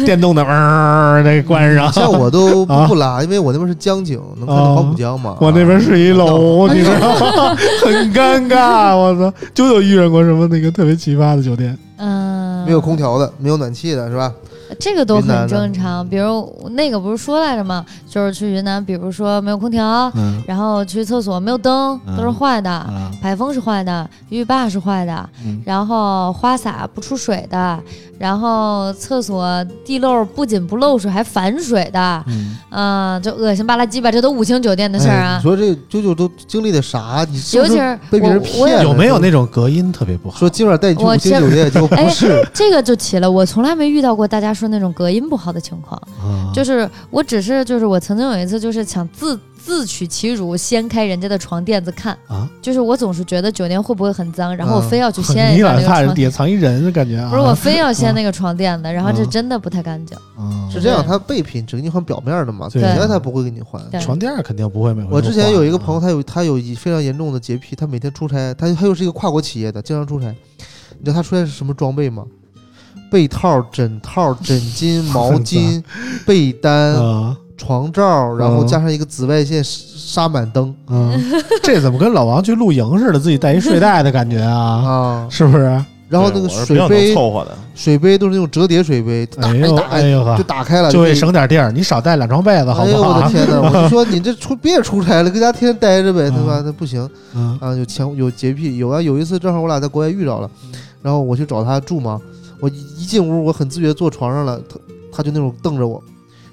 电动的嗡那关
哦
上。
像我都
啊
不不拉，因为我那边是江景，能看到
哦
黄浦江嘛。
我那边是一楼，
哎
你
呦
知道吗？ 很尴尬，我操！九九遇上过什么那个特别奇葩的酒店？
嗯，
没有空调的，没有暖气的是吧？
这个都
云南
很
的
正常。比如那个不是说来着吗？就是去云南，比如说没有空调，
嗯
然后去厕所没有灯，
嗯
都是坏的。
啊，
排风是坏的，浴霸是坏的，
嗯
然后花洒不出水的，然后厕所地漏不仅不漏水还反水的，
嗯，
嗯、就恶心吧拉鸡吧，这都五星酒店的事儿
哎
啊
你。说这舅舅都经历的啥？你是
尤
不
其
是
是
被别人
我我
骗
也
了？
有没有那种隔音特别不好
说？今晚带你去
我
五星
真
酒店就不
哎
是？
这个就奇了，我从来没遇到过大家说那种隔音不好的情况，
啊
就是我只是就是我曾经有一次就是想自自取其辱，掀开人家的床垫子看，
啊，
就是我总是觉得酒店会不会很脏，然后我
嗯
非要去掀一
你
下
老
那个
怕
床
底
垫，
下藏一人，感觉啊
不是我非要掀
嗯
那个床垫子，然后这
嗯
真的不太干净。
嗯
是这样，
对
他备品只给你换表面的嘛，底
对
下他不会给你换。
对
床垫儿肯定不会每回
我
都
之前
换
有一
啊
个朋友，他有他有一非常严重的洁癖，他每天出差，他他又是一个跨国企业的，经常出差。你知道他出差是什么装备吗？被套、枕套、枕巾、毛巾、被单、
啊。
床罩，然后
嗯
加上一个紫外线纱满灯
嗯，这怎么跟老王去露营似的，自己带一睡袋的感觉啊？
啊，
是不是？
然后那
对
个
我是比
水
较能
杯
凑合的，
水杯都是那种折叠水杯，打
哎
开
呦，
打
哎
开
呦
就
呵，
打开了，
就
可
为
以
省点地儿，你少带两床被子好
哎
不
呦
好
我的
啊？
天哪！我就说你这出别出差了，搁家天天待着呗，对吧？
嗯
那不行
嗯
啊，有前有洁癖，有啊，有一次正好我俩在国外遇着了，然后我去找他住嘛，我一一进屋我很自觉坐床上了，他他就那种瞪着我。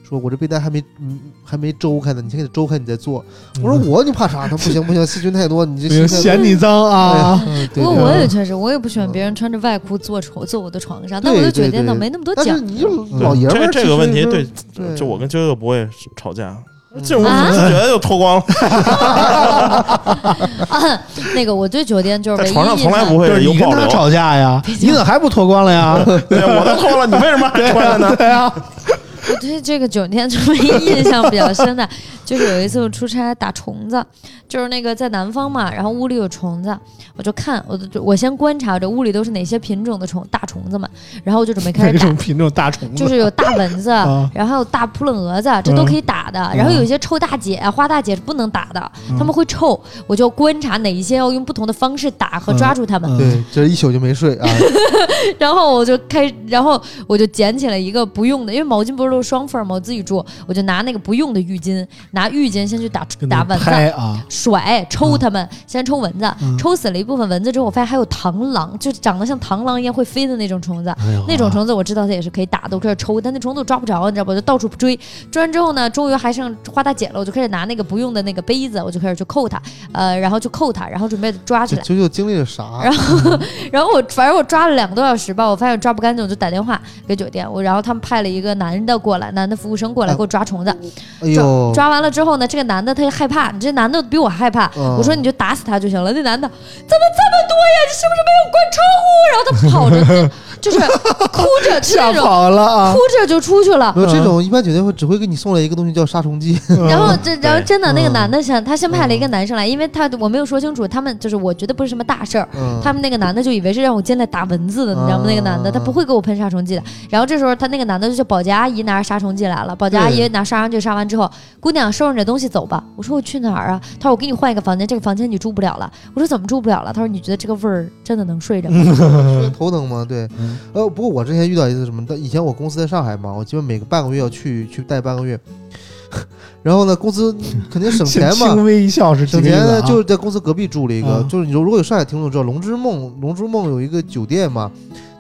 说我这被单还没嗯还没周开呢，你先给它周开，你再做。
嗯
我说我你怕啥？他说不行不行，细菌太多，你这
哎呦
细菌太
嫌你脏
多哎
啊
呀？嗯
不
对
过
对
我
对
也确实，我也不喜欢
嗯
别人穿着外裤坐床坐我的床上，但
对
我就觉得
对对
啊那没那么多
但
讲
是
究。
你老爷们
这
儿
这个问题，对，
对
就我跟啾啾不会吵架。
嗯
进屋不自觉就脱光了，
那个我对酒店就是
在
唯一
床上
印
从来不
象，
会
就是
有
你跟
保
他
留。
吵架呀？你怎么还不脱光了呀？
对，我都 脱了，你为什么还穿着呢？
对呀，
我对这个酒店就是唯一 印象比较深的，就是有一次我出差打虫子，就是那个在南方嘛，然后屋里有虫子，我就看我就我先观察这屋里都是哪些品种的虫大虫子嘛，然后我就准备
那
开始打
种，品种大虫
就
子，
是有大蚊子，
啊嗯
然后还有大扑棱蛾子，这都可以打的。然后有一些臭大姐、花大姐是不能打的，
嗯
他们会臭，我就观察哪一些要用不同的方式打和抓住他们。
嗯
对，这一宿 就没睡啊，
然后我就开，然后我就捡起了一个不用的，因为毛巾不是住双份儿嘛，我自己住，我就拿那个不用的浴巾，拿浴巾先去打
跟
打
那
蚊子。
拍啊，
甩抽它们，先抽蚊子，
嗯
抽死了一部分蚊子之后，我发现还有螳螂，就长得像螳螂一样会飞的那种虫子，
哎呦
那种
啊
虫子我知道它也是可以打的，我开始抽，但那虫子我抓不着，你知道吧？我就到处追，追完之后呢，终于还剩花大姐了，我就开始拿那个不用的那个杯子，我就开始去扣它，呃，然后去扣它，然后准备抓起
这
来。
究究经历了啥？
然然后我反正我抓了两个多小时吧，我发现我抓不干净，我就打电话给酒店，我然后他们派了一个男的过来，男的服务生过来
哎
给我抓虫子，
哎呦，
抓完了之后呢，这个男的他也害怕，你这男的比我害怕。
嗯
我说你就打死他就行了。那男的怎么这么多呀？你是不是没有关窗户？然后他跑着， 就就是哭着，就
吓
那种
跑了啊
哭！着就出去了。
没有这种，一般酒店会只会给你送来一个东西叫杀虫剂，
嗯然后这，然后
对
真的那个
嗯
男的想，他先派了一个男生来，因为他我没有说清楚，他们就是我觉得不是什么大事儿，
嗯
他们那个男的就以为是让我进来打蚊子的，你知道吗？那个男的他不会给我喷杀虫剂的。然后这时候他那个男的就叫保洁阿姨拿着杀虫剂来了，保洁阿姨
对
拿杀虫剂杀完之后，姑娘收拾你的东西走吧。我说我去哪儿啊？他说我给你换一个房间，这个房间你住不了了。我说怎么住不了了？他说你觉得这个味儿真的能睡着吗？
说头疼吗？对，呃，不过我之前遇到一次什么，但以前我公司在上海嘛，我基本每个半个月要去去待半个月， 然后呢，公司肯 定省钱啊嘛
轻。微一笑是
省
几个意
钱
思
呢，
啊
就是在公司隔壁住了一个，
嗯
就是你说如果有上海听众知道，龙之梦，龙之梦有一个酒店嘛，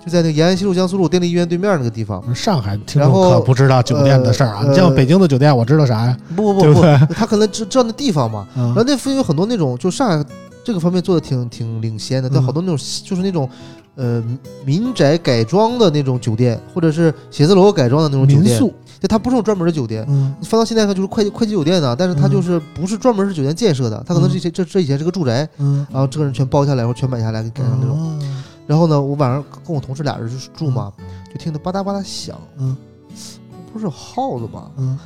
就在那个延安西路江苏路电力医院对面那个地方。
上海听
然
众
后
可不知道酒店的事儿啊，
呃
你像北京的酒店，我知道啥呀？
不不
对
不
不
不
对，
他可能知知道那地方嘛，
嗯
然后那附近有很多那种，就上海这个方面做的挺挺领先的，但
嗯
好多那种就是那种，呃，民宅改装的那种酒店，或者是写字楼改装的那种酒
民
店，
宿，
就它不是那种专门的酒店。
嗯
你放到现在看就是快捷快捷酒店的，但是它
嗯
就是不是专门是酒店建设的，它可能是
嗯
以前这这以前是个住宅，
嗯，
然后这个人全包下来，或者全买下来给改成那种。
哦
然后呢，我晚上跟我同事俩人就是住嘛，就听它吧嗒吧嗒响，
嗯
不是耗子吧？
嗯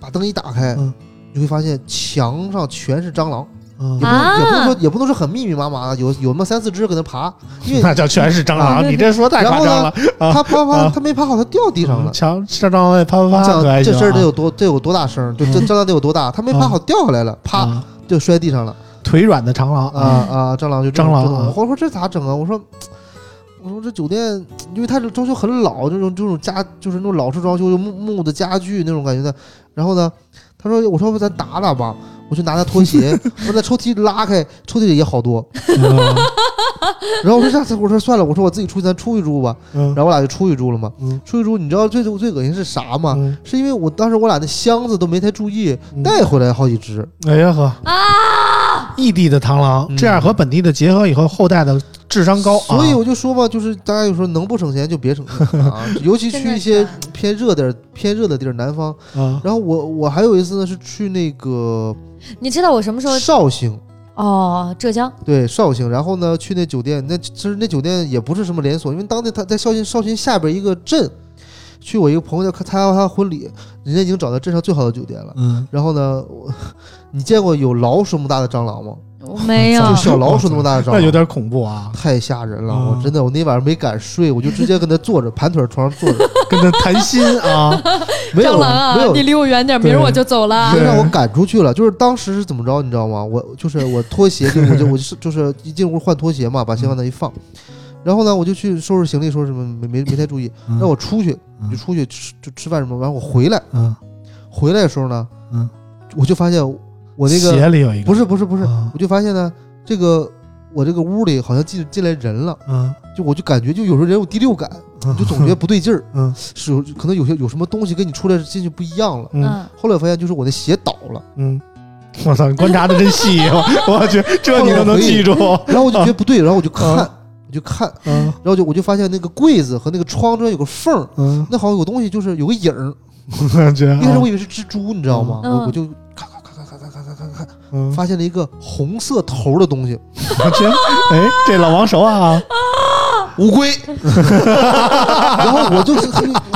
把灯一打开，
嗯
你会发现墙上全是蟑螂。
嗯
也不能也不能说
啊
也不能说很密密麻麻的，有有那么三四只搁那爬， 因为
那叫全是蟑螂，你这说太夸张了。啊
它啪啪
啊嗯
它没爬好，它掉地上了。
墙蟑螂在啪啪
你
啪，可还行
想这
啊
事儿得有多得有多大声儿？就这
嗯
蟑螂得有多大？它没爬好掉下来了，啪
啊
就摔地上了
腿软的蟑螂
啊！啊！蟑螂就这种
嗯蟑螂
这种
啊
我说这咋整啊？我说嗯我说这酒店，因为它这装修很老，这种这种家就是那种老式装修，就木木的家具那种感觉的。然后呢，他说我说要不咱打打吧，我去拿他 拖鞋，我把抽屉拉开，抽屉里也好多。
嗯
然后我说下次我说算了，我说我自己出去，咱出去住吧。
嗯
然后我俩就出去住了嘛。
嗯
出去住，你知道最最最恶心是啥吗？
嗯
是因为我当时我俩那箱子都没太注意，
嗯
带回来好几只。
哎呀呵，
啊！
异地的螳螂，
嗯
这样和本地的结合以后，后代的智商高啊。
所以我就说嘛，就是大家有时候能不省钱就别 省钱啊，尤其去一些
啊
偏热点儿、偏热的地儿，南方。
啊，
然后我我还有一次呢是去那个
你知道我什么时候？
绍兴，
哦，浙江
对绍兴。然后呢去那酒店，那其实那酒店也不是什么连锁，因为当地他在绍兴绍兴下边一个镇，去我一个朋友家看参加他婚礼，人家已经找到镇上最好的酒店了。
嗯，
然后呢，我 你见过有老鼠那么大的蟑螂吗？
我哦没 有
啊
就小老鼠那么大的蟑
那
螂，
有点恐怖啊，
太吓人了！
嗯
我真的，我那晚上没敢睡，我就直接跟他坐着，盘腿儿床上坐 着，
跟他谈心啊，
没有
蟑螂啊
没！有
你离我远点，
对
明儿我就走了。
就让我赶出去了。就是当时是怎么着，你知道吗？我就是我拖 鞋，就我就我就是就是一进屋换拖鞋嘛，把鞋往那一放，然后呢，我就去收拾行李，收拾什么没没没太注意，
嗯
让我出去
嗯
就出去吃就吃饭什么，完我回来
嗯，
回来的时候呢，
嗯，
我就发现我那个
鞋里有一个，
不是不是不是，
啊
我就发现呢，这个我这个屋里好像进进来人了，
嗯
就我就感觉就有时候人有第六感，
嗯
你就总觉得不对劲儿，
嗯
是有可能有些有什么东西跟你出来进去不一样了。
嗯
嗯，
后来我发现就是我的鞋倒了，
嗯，我操，你观察的真细，我我去，这你都能记住，
然后我就觉得不对，然后我就看，
啊
我就看，
嗯
然后就我就发现那个柜子和那个窗中间有个缝儿，
嗯，
那好像有东西就是有个影儿。
我觉得
一开始我以为是蜘蛛，你知道吗？
嗯
我我就咔咔咔咔咔咔咔咔咔，
嗯，
发现了一个红色头的东西，
我觉得哎，这老王熟啊，
乌龟，
然后我就是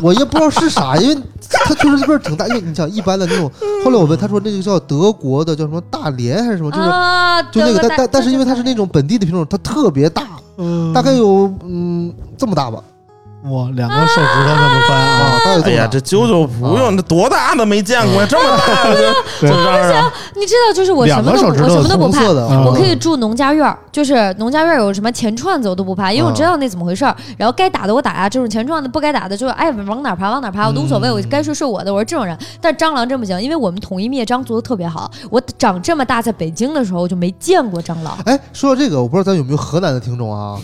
我也不知道是啥，因为它确实味儿挺大。因为你想一般的那种，后来我问他说那个叫德国的叫什么大连还是什么，就是。
啊，
就那个，但但但是因为它是
那。
那种本地的品种，它特别大，
嗯
大概有嗯这么大吧，
哇，两个手指头那么宽 啊！
到
哎
底多
呀，
大？
这啾啾不
啊
用，这多大的没见
嗯
过呀，这么大的就
对
就嚷嚷，
你知道，就是我什
两
么
个
都
手
不，
指
我
头
什么都不
哎红
怕，
色的，啊
嗯
我可以住农家院儿，就是农家院儿有什么钱串子我都不怕，因为我知道那怎么回事儿。然后该打的我打呀，这种钱串子不该打的就哎往哪儿爬往哪儿爬，我都无所谓，我该睡睡我的，我是这种人。但蟑螂真不行，因为我们统一灭蟑做的特别好。我长这么大在北京的时候我就没见过蟑螂，
哎，说到这个，我不知道咱有没有河南的听众啊？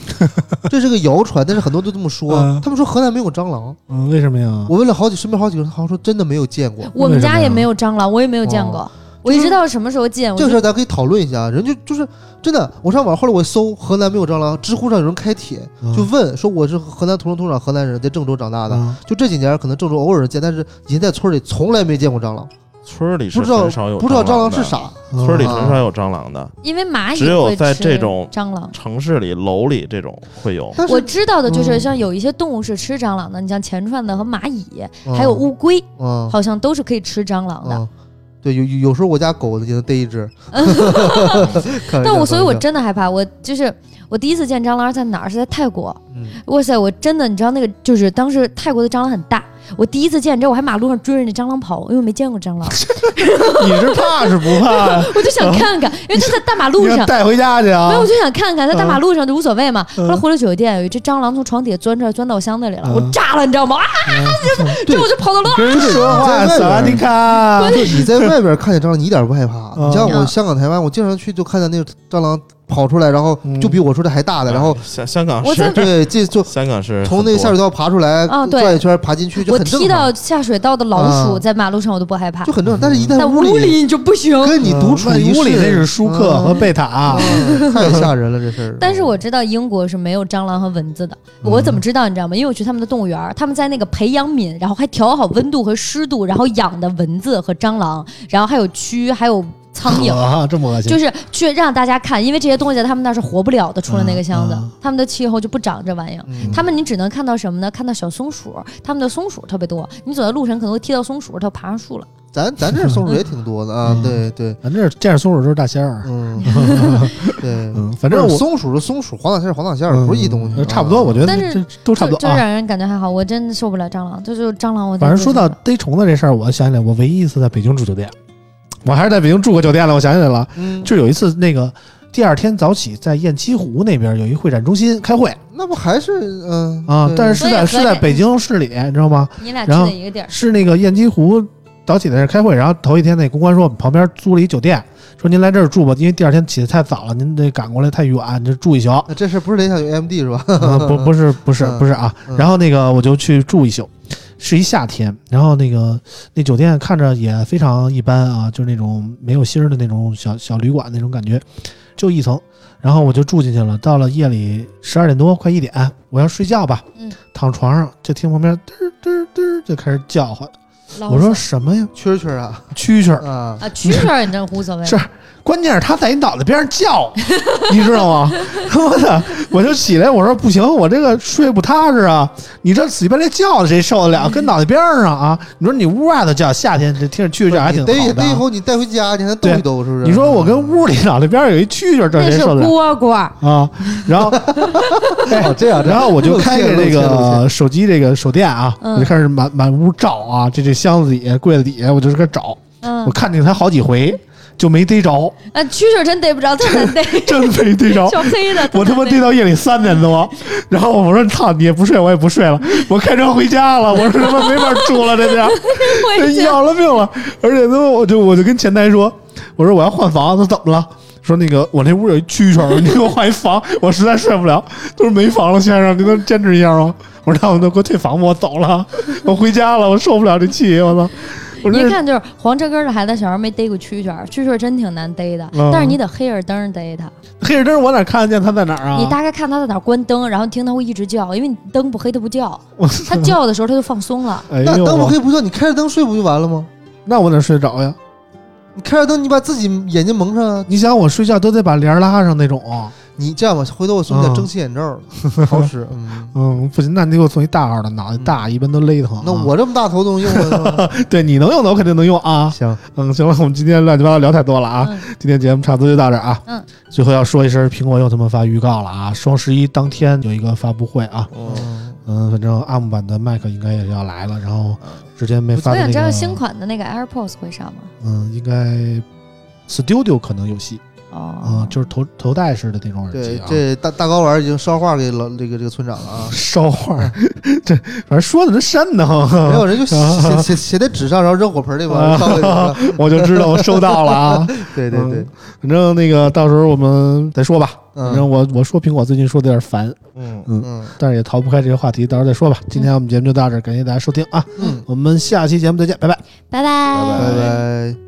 这是个谣传，但是很多都这么说。
嗯
他们说河南没有蟑螂，
嗯，为什么呀？
我问了好几身边好几个人，好像说真的没有见过。
我们
为什么
家
呀
也没有蟑螂，我也没有见过。我一直到什么时候见？我
这个
就
事儿咱可以讨论一下。啊人就就是真的，我上网后来我搜河南没有蟑螂，知乎上有人开帖
嗯
就问说我是河南土生土长河南人，在郑州长大的。
嗯
就这几年可能郑州偶尔见，但是以前在村里从来没见过蟑螂，
村里是
不知道
很少有
不知道蟑螂
的
是，啥。
村里
啊
很少有蟑螂的，
因为蚂蚁
只有
会
在
吃
这种
蟑螂。
城市里楼里这种会有。
但是
我知道的就是
嗯
像有一些动物是吃蟑螂的，你像钱串子和蚂蚁，还有
嗯
乌龟，
嗯
好像都是可以吃蟑螂的。
嗯，对，有有有时候我家狗也能逮 一只，开玩笑
但我所以，我
开玩笑
真的害怕。我就是我第一次见蟑螂在哪儿？是在泰国。
嗯
哇塞，我真的，你知道那个就是当时泰国的蟑螂很大，我第一次见，你知道我还马路上追着那蟑螂跑，因为我没见过 蟑螂，
你是怕是不怕？呀？
我就想看看，因为它在大马路
你要
上。
带回家去啊
没有，！我就想看看，在
嗯
大马路上就无所谓嘛。
嗯
后来回了酒店，有一只蟑螂从床底下钻出来，钻到我箱子里了，
嗯
我炸了，你知道吗？啊，这我就跑到路上，
跟人说话，
在外边
萨瓦迪卡。
就你在外边看见蟑螂，你一点儿不害怕。
嗯
你像我香港、台湾，我经常去就看见那个蟑螂跑出来，然后
嗯
就比我说的还大的，然后
哎香香港
我
是
在
对，这就
香港是
从那个
很
下水道爬出来，
啊对
转一圈爬进去就
我
很正
踢
常
到，下水道的老鼠
啊
在马路上我都不害怕
就，很正常。但是一旦
在
屋
屋里你就不行。
跟你独处
嗯
一室
屋里那是嗯舒克和贝塔
啊，，太吓人了这事儿。
但是我知道英国是没有蟑螂和蚊子的，
嗯
我怎么知道？你知道吗？因为我去他们的动物园儿，他们在那个培养皿，然后还调好温度和湿度，然后养的蚊子和蟑螂，然后还有蛆，还有苍蝇。
啊，这么恶心，
就是去让大家看，因为这些东西在他们那儿是活不了的。除了那个箱子，
嗯嗯
他们的气候就不长这玩意儿。
嗯
他们你只能看到什么呢？看到小松鼠，他们的松鼠特别多。你走在路上可能会踢到松鼠，它爬上树了。
咱咱这儿松鼠也挺多的啊
嗯，
对对，
咱这见着松鼠就是大仙儿。
嗯，对。
嗯，反正
不
我
是松鼠是松鼠，黄大仙是黄大仙儿，
嗯
不是一东西。啊
差不多，我觉得
但是
这这都差不
就
多
就
啊。
让人感觉还好。我真受不了蟑螂，就就蟑螂我真
反正
受
说
不
到
了。
逮虫子这事儿，我想起来，我唯一一次在北京住酒店，我还是在北京住过酒店了。我想起来了，
嗯，
就有一次那个第二天早起，在雁栖湖那边有一会展中心开会
那不还是嗯
啊，
对
但是是在
我也合
是在
着
北京市里，你知道吗？
你俩去
然后
的一个地儿。
是那个雁栖湖早起在这开会，然后头一天那公关说我们旁边租了一酒店，说您来这儿住吧，因为第二天起得太早了，您得赶过来太远，就住一宿。
那这事儿不是联想有 AMD 是吧？
啊， 不不是不是
嗯
不是啊，
嗯
然后那个我就去住一宿，是一夏天，然后那个那酒店看着也非常一般啊，就是那种没有星儿的那种小小旅馆那种感觉，就一层，然后我就住进去了，到了夜里十二点多快一点，我要睡觉吧，
嗯
躺床上就听旁边嘚儿嘚儿嘚儿就开始叫唤，
老
我说
鼠
什么呀，
蛐蛐儿啊
蛐蛐儿，
啊，
啊，蛐蛐儿你真无所谓。
是关键是他在你脑袋边上叫， 你知道吗？我的，我就起来，我说不行，我这个睡不踏实啊！你这死半夜叫的，谁受得了？跟脑袋边上啊！你说你屋外头叫，夏天这听着蛐蛐还挺
逮
好的
逮以
啊。
后你带回家，你还能逗一逗是不嗯是？
你说我跟屋里脑袋边有一蛐蛐，这
那
谁
是
受得了
蝈蝈，
啊？然 后，哎
哦哦这样，这样
然后我就
露
开
怯
着
露
这
怯露怯
个手机这个手电啊，
嗯
我就开始满满屋照啊，这这箱子底下、柜子底下，我就开始找，
嗯
我，看见它好几回，就没逮着，
啊，蛐蛐儿真逮不着，太难逮，
真没逮 着。
小黑的。
我他妈
太
逮
难
到夜里三点多，然后我说操，你也不睡，我也不睡了，我开车回家了。我说他妈没法住了，这地 儿
逮我也觉得
要了命了。而且他妈我就我就跟前台说，我说我要换房，他说怎么了？说那个我那屋有一蛐蛐儿，你给我换一房，我实在睡不了。他说没房了，先生，您能坚持一下吗？我说那我就给我退房吧，我走了，我回家了，我受不了这气，我操！我
你
这
一看就是黄车根的孩子，小时候没逮过蛐蛐儿，蛐蛐儿真挺难逮的
嗯。
但是你得黑着灯逮它，
黑着灯我哪看得见它在哪儿啊？
你大概看它在哪儿关灯，然后听它会一直叫，因为你灯不黑它不叫
我，
它叫的时候它就放松了。
哎
那
呦
灯我可以不叫，你开着灯睡不就完了吗？
那我哪睡得着呀？
你开着灯，你把自己眼睛蒙上啊！
你想我睡觉都得把帘儿拉上那种、
你这样吧，回头我送
嗯
你点蒸汽眼罩儿，好使。嗯，
嗯，不行，那你给我送一大号的，脑袋大，一般都勒疼啊、
那我这么大头都能用吗？
对你能用的，我肯定能用 啊。
行，
嗯，行了，我们今天乱七八糟聊太多了啊，
嗯
今天节目差不多就到这儿啊。
嗯，
最后要说一声，苹果又他妈发预告了啊！双十一当天有一个发布会啊，
嗯
嗯，反正 ARM 版的 Mac 应该也要来了，然后之前没发
我
的
想
那
知
个
道，新款的那个 AirPods 会上吗？
嗯，应该 Studio 可能有戏啊、
哦，
就是头头戴式的那种耳
对
机，啊。。
这大大睾丸已经烧话给老这个这个村长了啊
烧话儿， 这反正说的能山呢，
没有人就写写写写在纸上，然后扔火盆那
啊
帮烧给我了。
我就知道我收到了啊。
对对对
嗯，反正那个到时候我们再说吧。
嗯
反正我我说苹果最近说的有点烦，
嗯
嗯
但是也逃不开这个话题，到时候再说吧。今天我们节目就到这儿，感谢大家收听啊，
嗯，
我们下期节目再见，拜拜。
拜拜
拜拜。